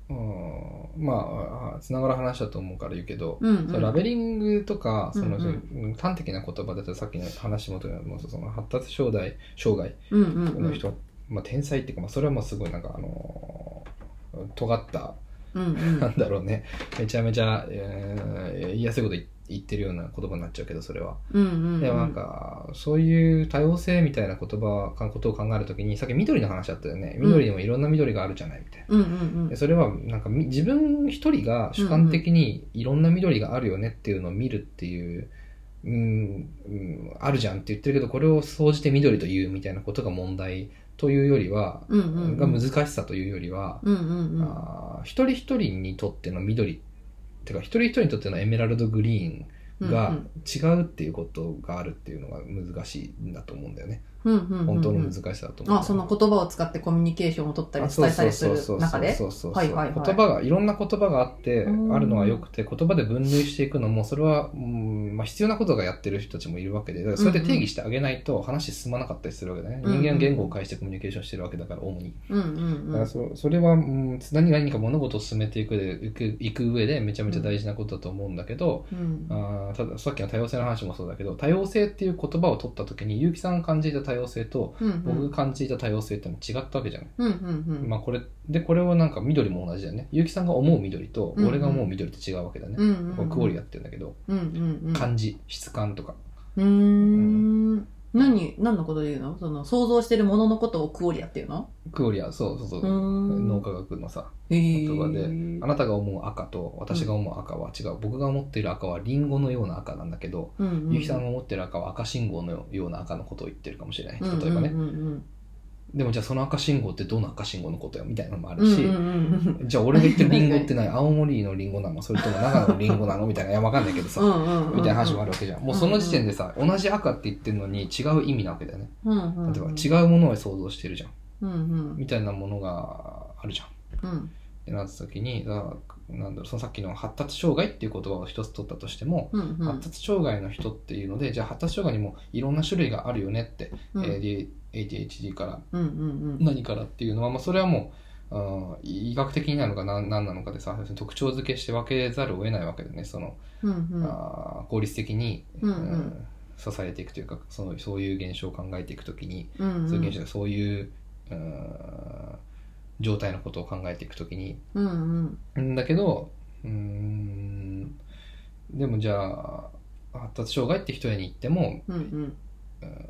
うんまああつながる話だと思うから言うけど、
うん。うん
そうの
ん、
ラベリングとか、その、
うん
うん端的な言葉だとさっきの話元にもその発達障害障害
うんうんうん
の人、まあ、天才っていうか、まあ、それはもうすごいなんかあのー尖った、
うんうん
なんだろうねめちゃめちゃ、えー言いやすいこと言言ってるような言葉になっちゃうけど、それは。
うんうん、 うん。
でもなんか、そういう多様性みたいな言葉、かことを考えるときに、さっき緑の話あったよね。緑にもいろんな緑があるじゃないみたいな。
うんうん
でそれはなんかみ自分一人が主観的にいろんな緑があるよねっていうのを見るっていう、うんうん、あるじゃんって言ってるけどこれを総じて緑というみたいなことが問題というよりは、
うん。うんうん。
が難しさというよりは、
うんうんうん。
あー一人一人にとっての緑てか一人一人にとってのエメラルドグリーン
う
が
ん
違うっていうことがあるっていうのが難しいんだと思うんだよね、
うんうんうんうん。
本当の難しさだと思う、
あ、その言葉を使ってコミュニケーションを取ったり伝えたりする中で。
そうそうそうそうそうそう
はいはいはい
言葉がいろんな言葉があって
うん
あるのはよくて言葉で分類していくのもそれは、うんまあ、必要なことがやってる人たちもいるわけでだからそれで定義してあげないと話進まなかったりするわけだね、
うんうん
人間は言語を介してコミュニケーションしてるわけだから主に
うんうん
だ
う
から
ん。
そそれは、うん、何が何か物事を進めていくでいくいく上でめちゃめちゃ大事なことだと思うんだけど、
うん
あーたださっきの多様性の話もそうだけど多様性っていう言葉を取った時に結城さんが感じた多様性と
うんうん
僕が感じた多様性ってのは違ったわけじゃない
うんうんうん。
まあこれでこれはなんか緑も同じだよね結城さんが思う緑と
うんうん
俺が思う緑って違うわけだね、
うんうんうん
これクオリだって言うんだけど、
うんうんうん。
漢字質感とか
うーん。何、何のことで言うのその、想像してるもののことをクオリアっていうの
クオリアそうそうそうう、
ーん。
脳科学のさ
へー
言葉であなたが思う赤と私が思う赤は違う、僕が思っている赤はリンゴのような赤なんだけど、
うんうんうん
結城さんが思っている赤は赤信号のような赤のことを言ってるかもしれない例えばね、
うんうんうん
でもじゃあその赤信号ってどの赤信号のことよみたいなのもあ
う
る
ん
し、
うんうん
じゃあ俺が言ってるリンゴって何青森のリンゴなのそれとも長野のリンゴなのみたいないやわかんないけどさ、
うんうんうん
みたいな話もあるわけじゃん。もうその時点でさ、同じ赤って言ってるのに違う意味なわけだよね。
うんうんうん
例えば違うものを想像してるじゃん。
うんうん
みたいなものがあるじゃん。っ
うん
てなった時に、だからなんだろう、そのさっきの発達障害っていう言葉を一つ取ったとしても、
うんうん
発達障害の人っていうので、じゃあ発達障害にもいろんな種類があるよねって、
うん
AD ADHD から
うんうん
何からっていうのは、まあ、それはもう、あー医学的になるのか何ななのかでさ、要するに特徴付けして分けざるを得ないわけでね、その、
うんうん
あー効率的に、
うんうん
うん支えていくというかそのそういう現象を考えていくときに、
うんうん
そういう現象そういう、うん状態のことを考えていくときに
うんうん
んだけどうーんでもじゃあ発達障害って人に言っても
うんうん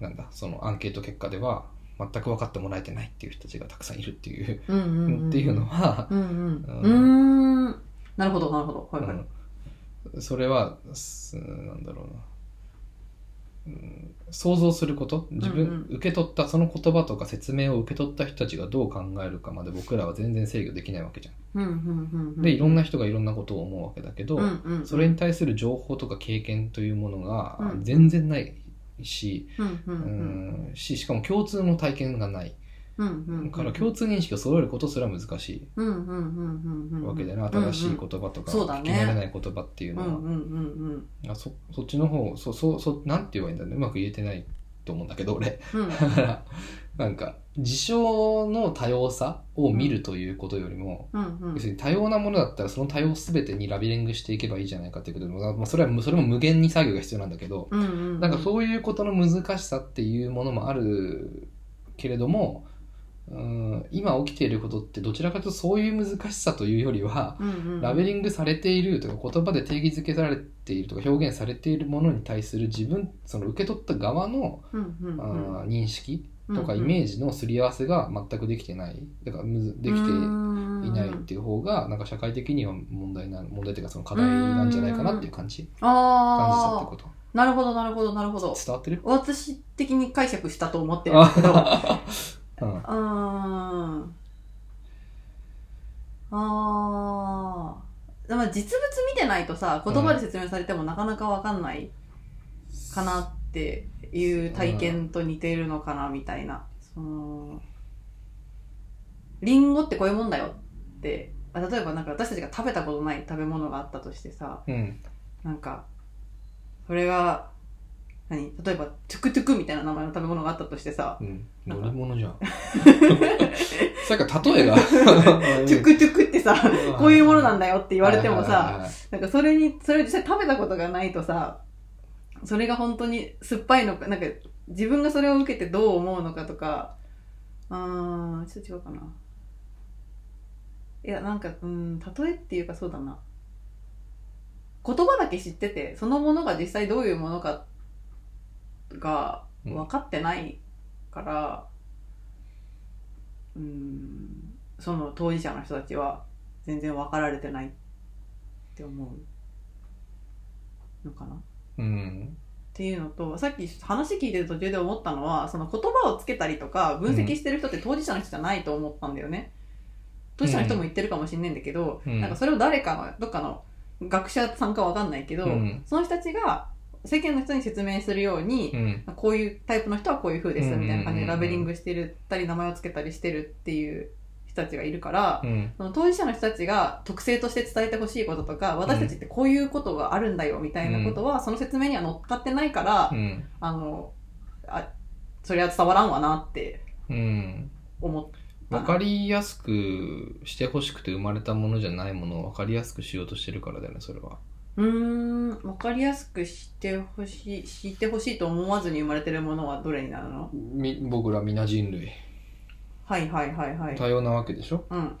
なんだそのアンケート結果では全く分かってもらえてないっていう人たちがたくさんいるっていう、
うんうんうん
っていうのは、
うんうん
う
う
ん
ーんなるほどなるほどはいはい
うんそれはすなんだろうな、うん、想像すること自分、
うんうん
受け取ったその言葉とか説明を受け取った人たちがどう考えるかまで僕らは全然制御できないわけじゃ
うん
ん。
うんうんうん
でいろんな人がいろんなことを思うわけだけど、
うんうん
それに対する情報とか経験というものが
うん
全然ないし,、
うんう
うん
うん
んししかも共通の体験がない
うんうんうん
から共通認識を揃えることすら難しい
うんうんうんうんうん
わけだよな、新しい言葉とか
そうだ
聞
ね
き慣れない言葉っていう
う
のは。
んうんうん
あそそっちの方そそそなんて言えばいいんだろうねうまく言えてないと思うんだけど俺
うんうん
だからなんか事象の多様さを見るということよりも、
うんうん
要するに多様なものだったらその多様すべてにラベリングしていけばいいじゃないかっていうことで、まあまあ、それはそれも無限に作業が必要なんだけど、
うんうん
なんかそういうことの難しさっていうものもあるけれどもうん今起きていることってどちらかというとそういう難しさというよりは、
うんうん
ラベリングされているとか言葉で定義づけられているとか表現されているものに対する自分その受け取った側の、
うんうんうん
あー認識とかイ
ジ
メージのすり合わせが全くできてないだからむずできていないっていう方がなんか社会的には問題な問題というかその課題なんじゃないかなっていう感じ感じたって
あ
こと
あなるほどなるほどなるほど
伝わってる
私的に解釈したと思ってるんだけどあ
あ うん
ーあーでも実物見てないとさ言葉で説明されてもなかなかわかんないかなっていう体験と似ているのかなみたいなそのリンゴってこういうもんだよってあ例えばなんか私たちが食べたことない食べ物があったとしてさ、
うん
なんか、それが、何例えば、トゥクトゥクみたいな名前の食べ物があったとしてさ、
うん
なん
乗
か
り物じゃん さっきか ら例えが
トゥ クトゥクってさ、こういうものなんだよって言われても
はいはい
さ、
はいはい
なんかそれに、それを実際食べたことがないとさ、それが本当に酸っぱいのか、なんか自分がそれを受けてどう思うのかとか、うーん、ちょっと違うかな。いや、なんか、うん、例えっていうかそうだな。言葉だけ知っててそのものが実際どういうものかが分かってないから、うん、その当事者の人たちは全然分かられてないって思うのかなっ
うん。
ていうのとさっき話聞いてる途中で思ったのはその言葉をつけたりとか分析してる人って当事者の人じゃないと思ったんだよね。当事者の人も言ってるかもしんないんだけど、
うん
なんかそれを誰かのどっかの学者さんかわかんないけど、
うん
その人たちが世間の人に説明するように、
うん。
こういうタイプの人はこういう風ですみたいな感じ
うんうんうんう
で
ん
ラベリングしてるったり名前をつけたりしてるっていう人たちがいるから、
うん。
その当事者の人たちが特性として伝えてほしいこととか私たちってこういうことがあるんだよみたいなことは、その説明には乗っかってないから、
うん。
あのあそれは伝わらんわなって
うん。
思った。
わかりやすくしてほしくて生まれたものじゃないものをわかりやすくしようとしてるからだよね、それは。
うーん、わかりやすくしてほしい、知ってほしいと思わずに生まれてるものはどれになるの
み僕ら皆人類。
はいはいはいはい。
多様なわけでしょ
うん。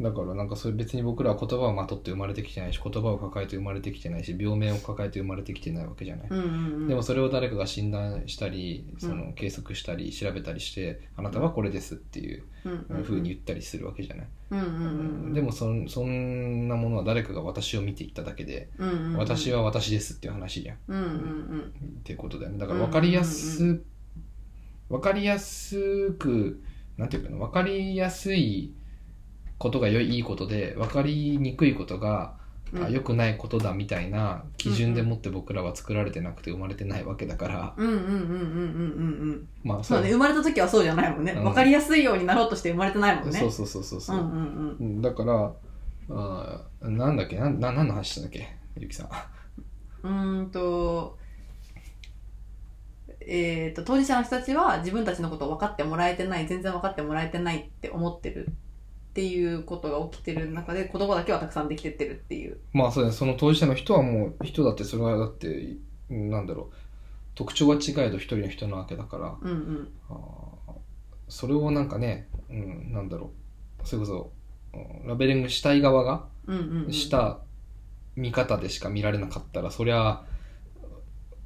だからなんかそれ別に僕らは言葉をまとって生まれてきてないし、言葉を抱えて生まれてきてないし、病名を抱えて生まれてきてないわけじゃない。
うんうんうん。
でもそれを誰かが診断したり、そうの計測したり、調べたりして、あなたはこれですっていう
うんうんうん、
風に言ったりするわけじゃない。
うんうんうんうん。
でもそんそんなものは誰かが私を見ていっただけで、
うんうんうん、
私は私ですっていう話じゃん。
うんうん
っていうことだよねだから分かりやす、
うん
分かりやすくなんていうかな分かりやすいことが良いいいことで分かりにくいことが、
うん。
あ良くないことだみたいな基準でもって僕らは作られてなくて生まれてないわけだから、
うんうんうんうんうんうんうん。
まあ
そうだね、生まれた時はそうじゃないもんね。
うん
わかりやすいようになろうとして生まれてないもんね。
そうそうそうそうそううん
うんうん。
うんだからあーなんだっけなんな何の話したんだっけゆきさん
うーんと、えっ、と、当事者の人たちは自分たちのことを分かってもらえてない、全然分かってもらえてないって思ってるっていうことが起きてる中で、言葉だけはたくさんできてってるっていう。
まあそうだねその当事者の人はもう人だってそれはだってなんだろう特徴が違えど一人の人なわけだから、
うんうん。
あーそれをなんかね、うん、なんだろうそれこそうんラベリングしたい側が
うんうん、うん。
した見方でしか見られなかったらそりゃ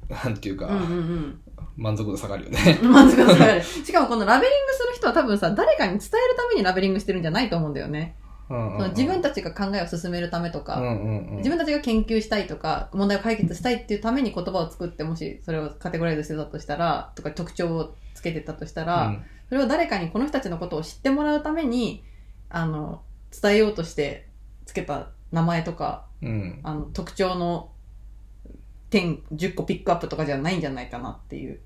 なんていうか、
うんうん
満足度下がるよ ね
うん。まずくさる。しかもこのラベリングする人は多分さ、誰かに伝えるためにラベリングしてるんじゃないと思うんだよね。
うんう
そ
んうん
の自分たちが考えを進めるためとか、
うんうんうん
自分たちが研究したいとか、問題を解決したいっていうために言葉を作って、もしそれをカテゴライズしてたとしたら、とか特徴をつけてたとしたら、
うん
それを誰かにこの人たちのことを知ってもらうために、あの、伝えようとしてつけた名前とか、
うん
あの、特徴の点10個ピックアップとかじゃないんじゃないかなっていう。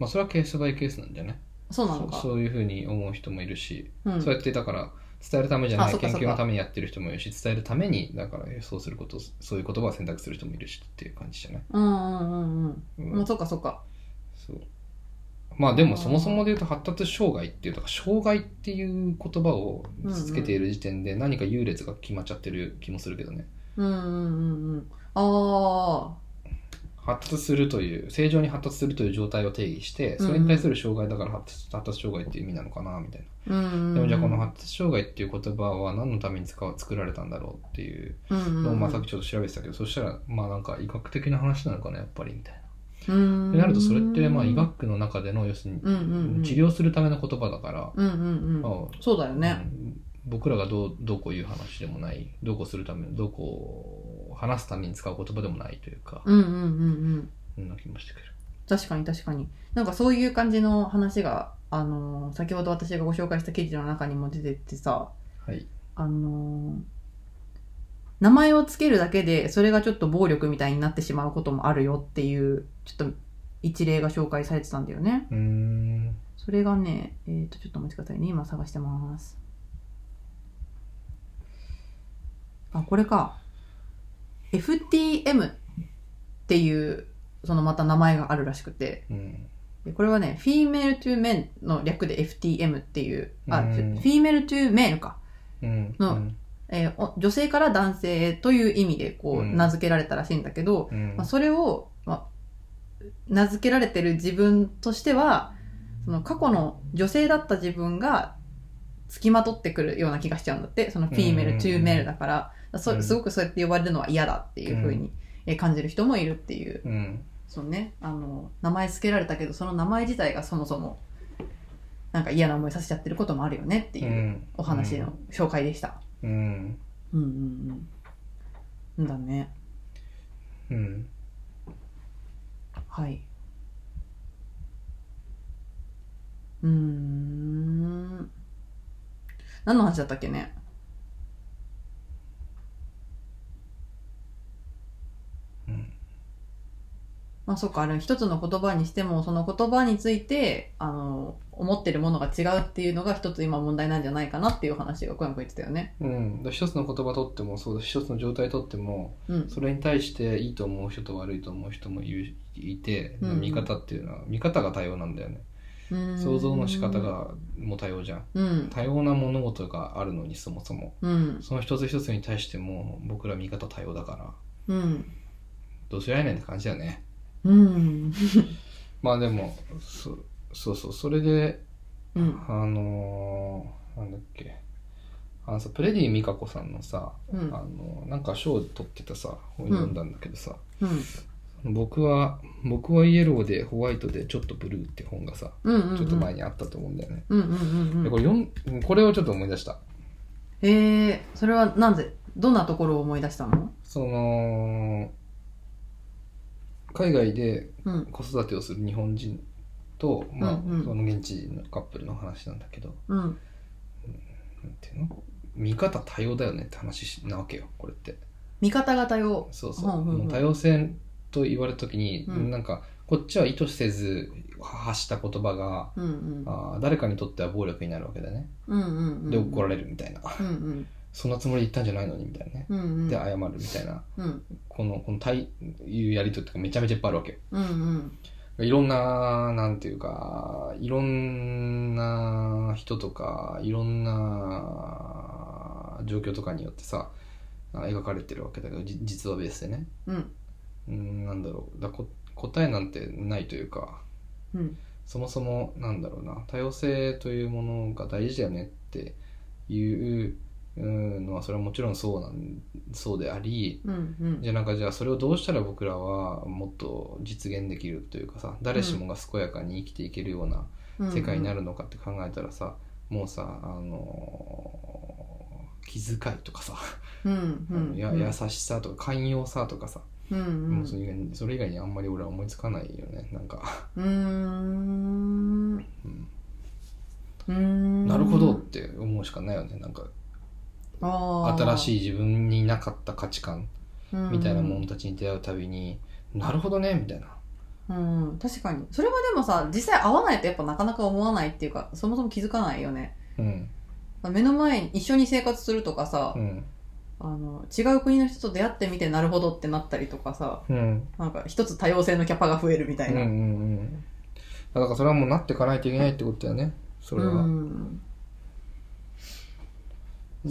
まあそれはケースバイケースなんじゃない
そうなの
そ
か。
そういうふうに思う人もいるし、
うん
そうやってだから伝えるためじゃな
あそ
い
っか
研
そっか
究のためにやってる人もいるし伝えるためにだからそうすることそういう言葉を選択する人もいるしっていう感じじゃない、
うんうんうんうん。
うん
もうそうかそうか。
そうまあでも
あー
そもそもで言うと発達障害っていうとか障害っていう言葉をつけている時点で何か優劣が決まっちゃってる気もするけどね
うんうんうんうん。あ
発達するという正常に発達するという状態を定義してそれに対する障害だから発達発達障害っていう意味なのかなみたい
あ。うんうんう。
なんでもじゃあこの発達障害っていう言葉は何のために使う作られたんだろうっていう
うんうんうん
のをまあさっきちょっと調べてたけどそしたらまあなんか医学的な話なのかなやっぱりみたいな
うん
でなるとそれってまあ医学の中での要するに
うんうんうん
治療するための言葉だから
うんうんうん。
まあ
そうだよね。
うん僕らがどうどうこういう話でもないどうこうするためどうこう話すために使う言葉でもないというか、
うんうんうんうん。
そんな気もしてくる
確かに確かに。なんかそういう感じの話が、あのー先ほど私がご紹介した記事の中にも出てってさ、
はい
あのー名前をつけるだけで、それがちょっと暴力みたいになってしまうこともあるよっていう、ちょっと一例が紹介されてたんだよね。
うーん
それがね、えっ、と、ちょっとお待ちくださいね。今探してます。あ、これか。FTM っていう、そのまた名前があるらしくて、
うん
でこれはね、Female to Men の略で FTM っていう、あ、
うん
Female to Male か。
うん
の
うん
えーお女性から男性へという意味でこ
う
うん名付けられたらしいんだけど、
うん
まあ、それを、まあ、名付けられてる自分としてはその過去の女性だった自分が付きまとってくるような気がしちゃうんだってそのフィーメ
うん
ル、トゥーメルだから、そ
うん
すごくそうやって呼ばれるのは嫌だっていうふうにえー感じる人もいるっていう
うん。
そうねあの名前付けられたけどその名前自体がそもそもなんか嫌な思いさせちゃってることもあるよねって
う。
いうんお話の紹介でした、
う
うん、
ん。
うんうんうんだね
うん。
はい。うーん。何の話だったっけね
うん。
まあそっか、あれ一つの言葉にしても、その言葉について、あの、思ってるものが違うっていうのが一つ今問題なんじゃないかなっていう話が小山君言ってたよね。
うん、だから一つの言葉とってもそうだし一つの状態とっても
うん。
それに対していいと思う人と悪いと思う人もいるいて、
うん
見方っていうのは見方が多様なんだよね
うーん
想像の仕方。がもう多様じゃん
うん。
多様な物事があるのにそもそも
うん。
その一つ一つに対しても僕ら見方多様だから
うん。
どうすりゃいいねんって感じだよね
うん。
まあでもそそうそうそれで
うん。
あのーなんだっけあのさプレディ美香子さんのさ、
うん
あのなんか賞を取ってたさ本読んだんだけどさ、
うん。
僕は僕はイエローでホワイトでちょっとブルーって本がさ
うん。
ちょっと前
に。
にあったと思うんだよね、
うんうんうん
で
うん。
これ読んこれをちょっと思い出した
えー、それはなんで、どんなところを思い出したの
その海外で
うん。
子育てをする日本人と、まあ
うんうん
その現地のカップルの話なんだけど
うん。
なんていうの見方多様だよねって話なわけよこれって
味方が多様。
そうそ
う
う,、
んうんうん
もう多様性と言われた時に、
うん
なんかこっちは意図せず発した言葉が
うんうん。
あー誰かにとっては暴力になるわけだね
うんうんうん。
で怒ら
れ
れるみたいな、
うんうん。
そんなつもりで言ったんじゃないのにみたいなね、
うんうん。
で謝るみたいな
うん
このこの対いうやりとりとかめちゃめちゃいっぱいあるわけよ
うんうん。
いろんな、なんていうか、いろんな人とか、いろんな状況とかによってさ、あ描かれてるわけだけど、じ実はベースでね。
うん
うん、なんだろうだこ。答えなんてないというか、
うん
そもそも、なんだろうな、多様性というものが大事だよねっていううんのは、それはもちろんそうなん、そうであり、
うんうん
じゃあなんかじゃあそれをどうしたら僕らはもっと実現できるというかさ誰しもが健やかに生きていけるような
うん
世界になるのかって考えたらさ、もうさあのー気遣いとかさ、
うんうん
や優しさとか寛容さとかさ、
うんうん
もうそれ以外にそれ以外にあんまり俺は思いつかないよねなんか、
うーんう
うん
ーん
なるほどって思うしかないよねなんか新
い
しい自分になかった価値観みたいなものたちに出会うたびに、なるほどねみたいな
うん、うん、確かにそれはでもさ実際会わないとやっぱなかなか思わないっていうかそもそも気づかないよね
うん
目の前に一緒に生活するとかさ
う、ん
あの違う国の人と出会ってみてなるほどってなったりとかさ
うん
なんか一つ多様性のキャパが増えるみたいな、
うんうんうんだからそれはもうなっていかないといけないってことだよねそれは、
うん
で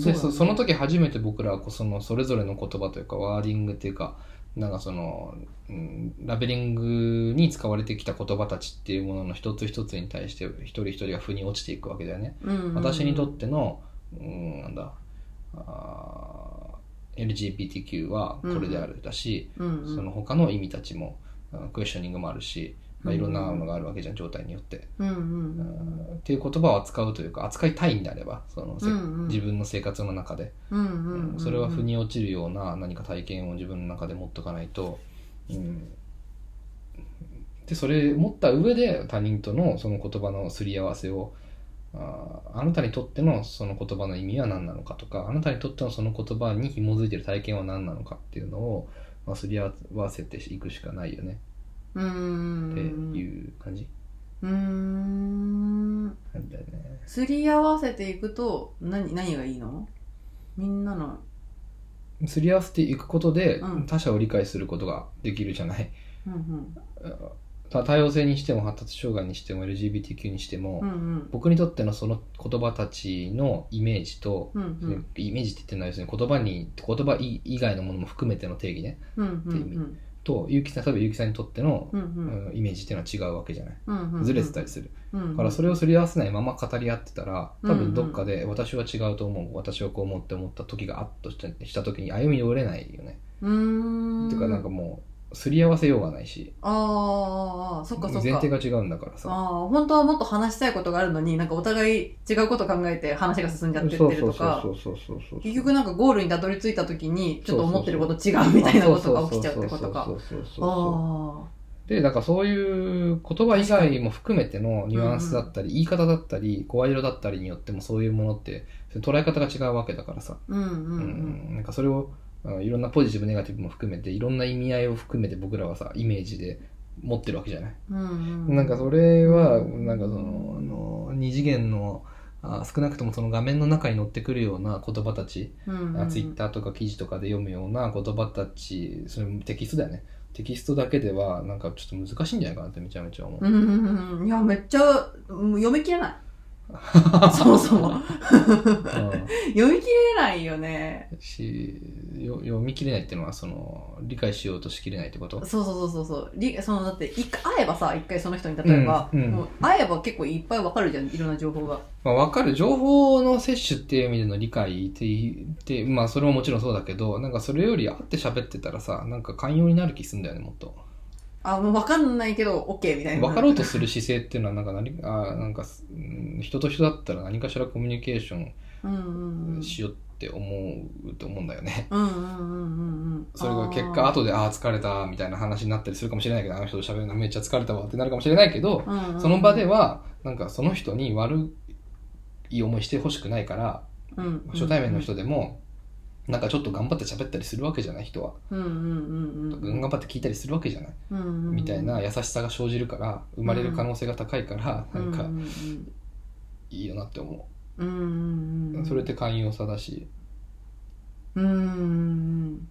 そうだね
そその時初めて僕らはこうそのそれぞれの言葉というかワーディングっていうかなんかその、うん、ラベリングに使われてきた言葉たちっていうものの一つ一つに対して一人一人が腑に落ちていくわけだよね、
うんうん、
私にとっての、うん、なんだあー LGBTQ はこれであるだし、
うんうん、
その他の意味たちも、あクエスチョニングもあるし、まあ、いろんなのがあるわけじゃん、状態によって。
うんうん
う
うん
んっていう言葉を扱うというか、扱いたいんであれば、そのせ
うんうん
自分の生活の中で、
うんうんうんう
うん
ん
それは腑に落ちるような何か体験を自分の中で持っとかないと、うんで、それ持った上で他人とのその言葉のすり合わせを、あーあなたにとってのその言葉の意味は何なのかとか、あなたにとってのその言葉に紐づいてる体験は何なのかっていうのを、まあ、すり合わせていくしかないよね
うーん
っていう感じ
うーん
なんだよね。
すり合わせていくと何何がいいのみんなの
すり合わせていくことで
うん
他者を理解することができるじゃない。
うんうん
た多様性にしても発達障害にしても LGBTQ にしても、
うんうん
僕にとってのその言葉たちのイメージと、
うんうん
イメージって言ってないですね言葉に言葉以外のものも含めての定義ね、
うんうんうん
と結城さん例えば結城さんにとっての、
うんうん
うんイメージっていうのは違うわけじゃない
うんうんうん
ずれてたりする、
うんうん
だからそれをすり合わせないまま語り合ってたら
う
多
んうん
分どっかで私は違うと思う私はこう思って思った時があっとしたした時に歩み寄れないよね、
うーん
っていうかなんかもうすり合わせようがないし
ああそっかそっか
前提が違うんだから
あ
さ
あ本当はもっと話したいことがあるのになんかお互い違うこと考えて話が進んじゃってって
そう
る
そ
と
うそう
か
そうそうそうそう
結局なんかゴールにたどり着いた時にちょっと思ってること違うみたいなことが起きちゃうってことか
そ。うそうそうそうそうそう
ああ
でなんかそういう言葉以外も含めてのニュアンスだったり言い方だったり声色だったりによってもそういうものって捉え方が違うわけだからさ
うんうんう
うん
ん
なんかそれをあのいろんなポジティブネガティブも含めていろんな意味合いを含めて僕らはさイメージで持ってるわけじゃない、
うんうん
なんかそれは
うん
なんかそのあの二次元のあ少なくともその画面の中に載ってくるような言葉たち、
うんうん
ツイッターとか記事とかで読むような言葉たちそれもテキストだよねテキストだけではなんかちょっと難しいんじゃないかなってめちゃめちゃ思う、
うんうんうんいやめっちゃうん読み切 れないそもそも 読み切れないよね
うんしよ読み切れないっていうのはその理解しようとしきれないってこと
そうそうそうそうそうりそのだって一回会えばさ一回その人に例えば、
うんうん
もう会えば結構いっぱいわかるじゃんいろんな情報が
まあ、わかる情報の摂取っていう意味での理解っていって、まあ、それももちろんそうだけどなんかそれより会って喋ってたらさなんか寛容になる気すんだよねもっと
あもうわかんないけど OK みたいな
分かろうとする姿勢っていうのはなんか何あなんか、うん人と人だったら何かしらコミュニケーショ
うんうんうん
ンしようって思うと思うんだよね、
うんうんうんうんうん
それが結果後でああー疲れたみたいな話になったりするかもしれないけどあの人と喋るのめっちゃ疲れたわってなるかもしれないけど、
うんうんうん
その場ではなんかその人に悪い思いしてほしくないから
うんうんうん
初対面の人でも、なんかちょっと頑張って喋ったりするわけじゃない人は、
うんうんうんうん
頑張って聞いたりするわけじゃない、
うんうんうん
みたいな優しさが生じるから生まれる可能性が高いから、
うんうん
なんか
うん
いいよなって思
うんうん
う、
うん
それって寛容さだし、
うんうんうん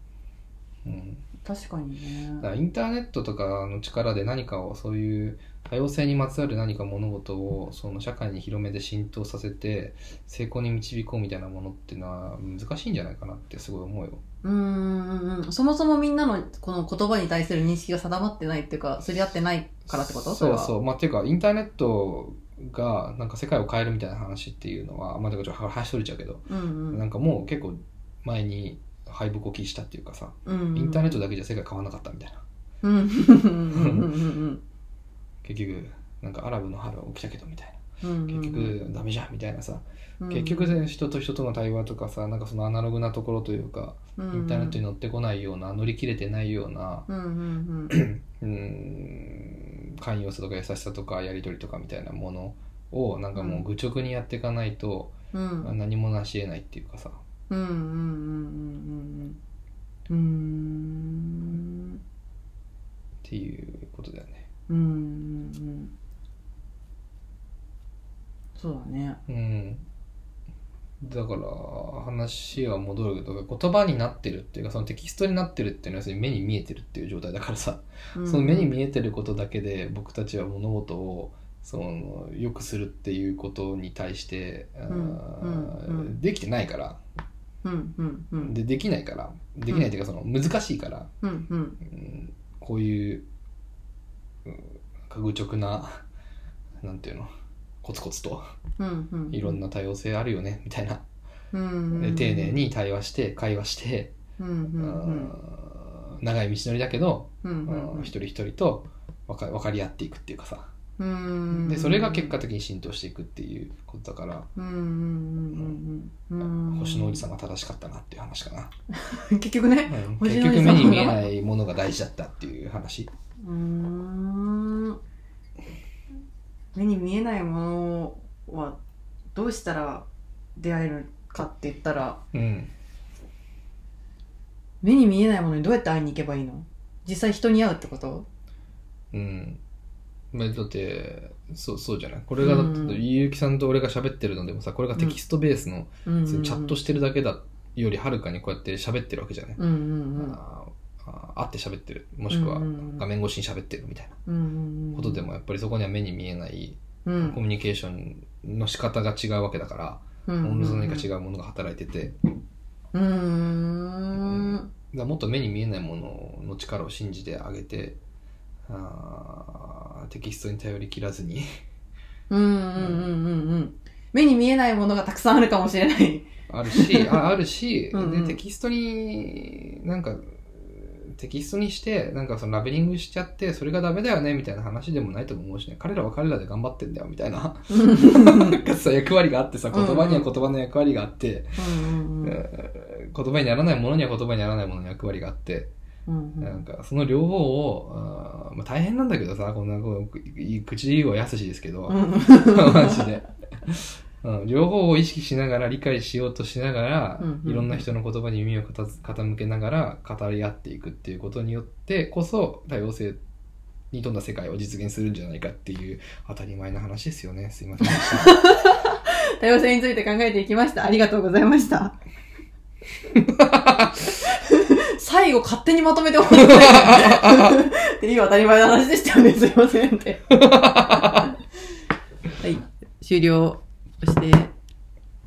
うん、
確かに
だから
ね
インターネットとかの力で何かをそういう多様性にまつわる何か物事をその社会に広めて浸透させて成功に導こうみたいなものっていうのは難しいんじゃないかなってすごい思うよ。
うんうんうんそもそもみんなのこの言葉に対する認識が定まってないっていうかすり合ってないからってこと
そうそううまあっていうかインターネットがなんか世界を変えるみたいな話っていうのはまあてかちょっと話しとれちゃうけど、
うんうん
なんかもう結構前に敗北を喫したっていうかさインターネットだけじゃ世界変わらなかったみたいな
うんうんうんうんうん
結局なんかアラブの春は起きたけどみたい
うんうん
な結局ダメじゃんみたいなさ、
うん
結局ね人と人との対話とかさなんかそのアナログなところというか、
うん
インターネットに乗ってこないような乗り切れてないような
うんうんうん
うーん寛容さとか優しさとかやり取りとかみたいなものをなんかもう愚直にやっていかないと
うん
何もなし得ないっていうかさ、
うんうんうんうんうんうん
っていうことだよね。
うーんうんうんうんそうだね
うんだから話は戻るけど言葉になってるっていうかそのテキストになってるっていうのは要するに目に見えてるっていう状態だからさ、その目に見えてることだけで僕たちは物事をその良くするっていうことに対して、あー
うんうん
できてないから
うんうんうん
でできないからできないっていうかその難しいから、
うんうん
うんこういう、うんなんか愚直ななんていうのコツコツと
うんうん
いろんな多様性あるよねみたいな、
うんうんう
で
ん
丁寧に対話して会話して、
うんうんうん
あー長い道のりだけど、
うんうん
あー一人一人と分か分かり合っていくっていうかさ
うんうん
でそれが結果的に浸透していくっていうことだから、
うんうんうんうんうん
星の王子様正しかったなっていう話かな、
結局ね
うん
星
結
の王子様
局目に見えないものが大事だったっていう話。
うーん目に見えないものはどうしたら出会えるかって言ったら
うん
目に見えないものにどうやって会いに行けばいいの実際人に会うってこと
うん。まあだって、そう、そうじゃないこれが、だって、
うん
ゆうきさんと俺が喋ってるのでもさ、これがテキストベースの、
チャ
チャットしてるだけだよりはるかにこうやって喋ってるわけじゃない、
うんうんうん
あーあー会って喋ってる。もしくは
うんうんうん、
画面越しに喋ってるみたいなことでも、やっぱりそこには目に見えない
うん
コミュニケーションの仕方が違うわけだから、
うんう
お
ん
のずと何か違
う
うものが働いてて、
うーん
がもっと目に見えないものの力を信じてあげてあーテキストに頼り切らずに
うんうんうんうんうん。目に見えないものがたくさんあるかもしれ ない。
あるしああるし
うんうん
でテキストになんかテキストにしてなんかそのラベリングしちゃってそれがダメだよねみたいな話でもないと思うしね彼らは彼らで頑張ってんだよみたいななんかさ役割があってさ言葉には言葉の役割があって、
うんうんうん
えー言葉にならないものには言葉にならないものの役割があって
うんう
なん
ん
かその両方を、あーまあ、大変なんだけどさこんなこう口はやすしですけど、 マジで、うん、両方を意識しながら理解しようとしながら、
うんうん
いろんな人の言葉に耳を傾傾けながら語り合っていくっていうことによってこそ多様性に富んだ世界を実現するんじゃないかっていう当たり前の話ですよねすいませんでした
多様性について考えていきました。ありがとうございました。最後勝手にまとめて終わったいい当たり前の話でしたよね。すいませんって。はい。終了して。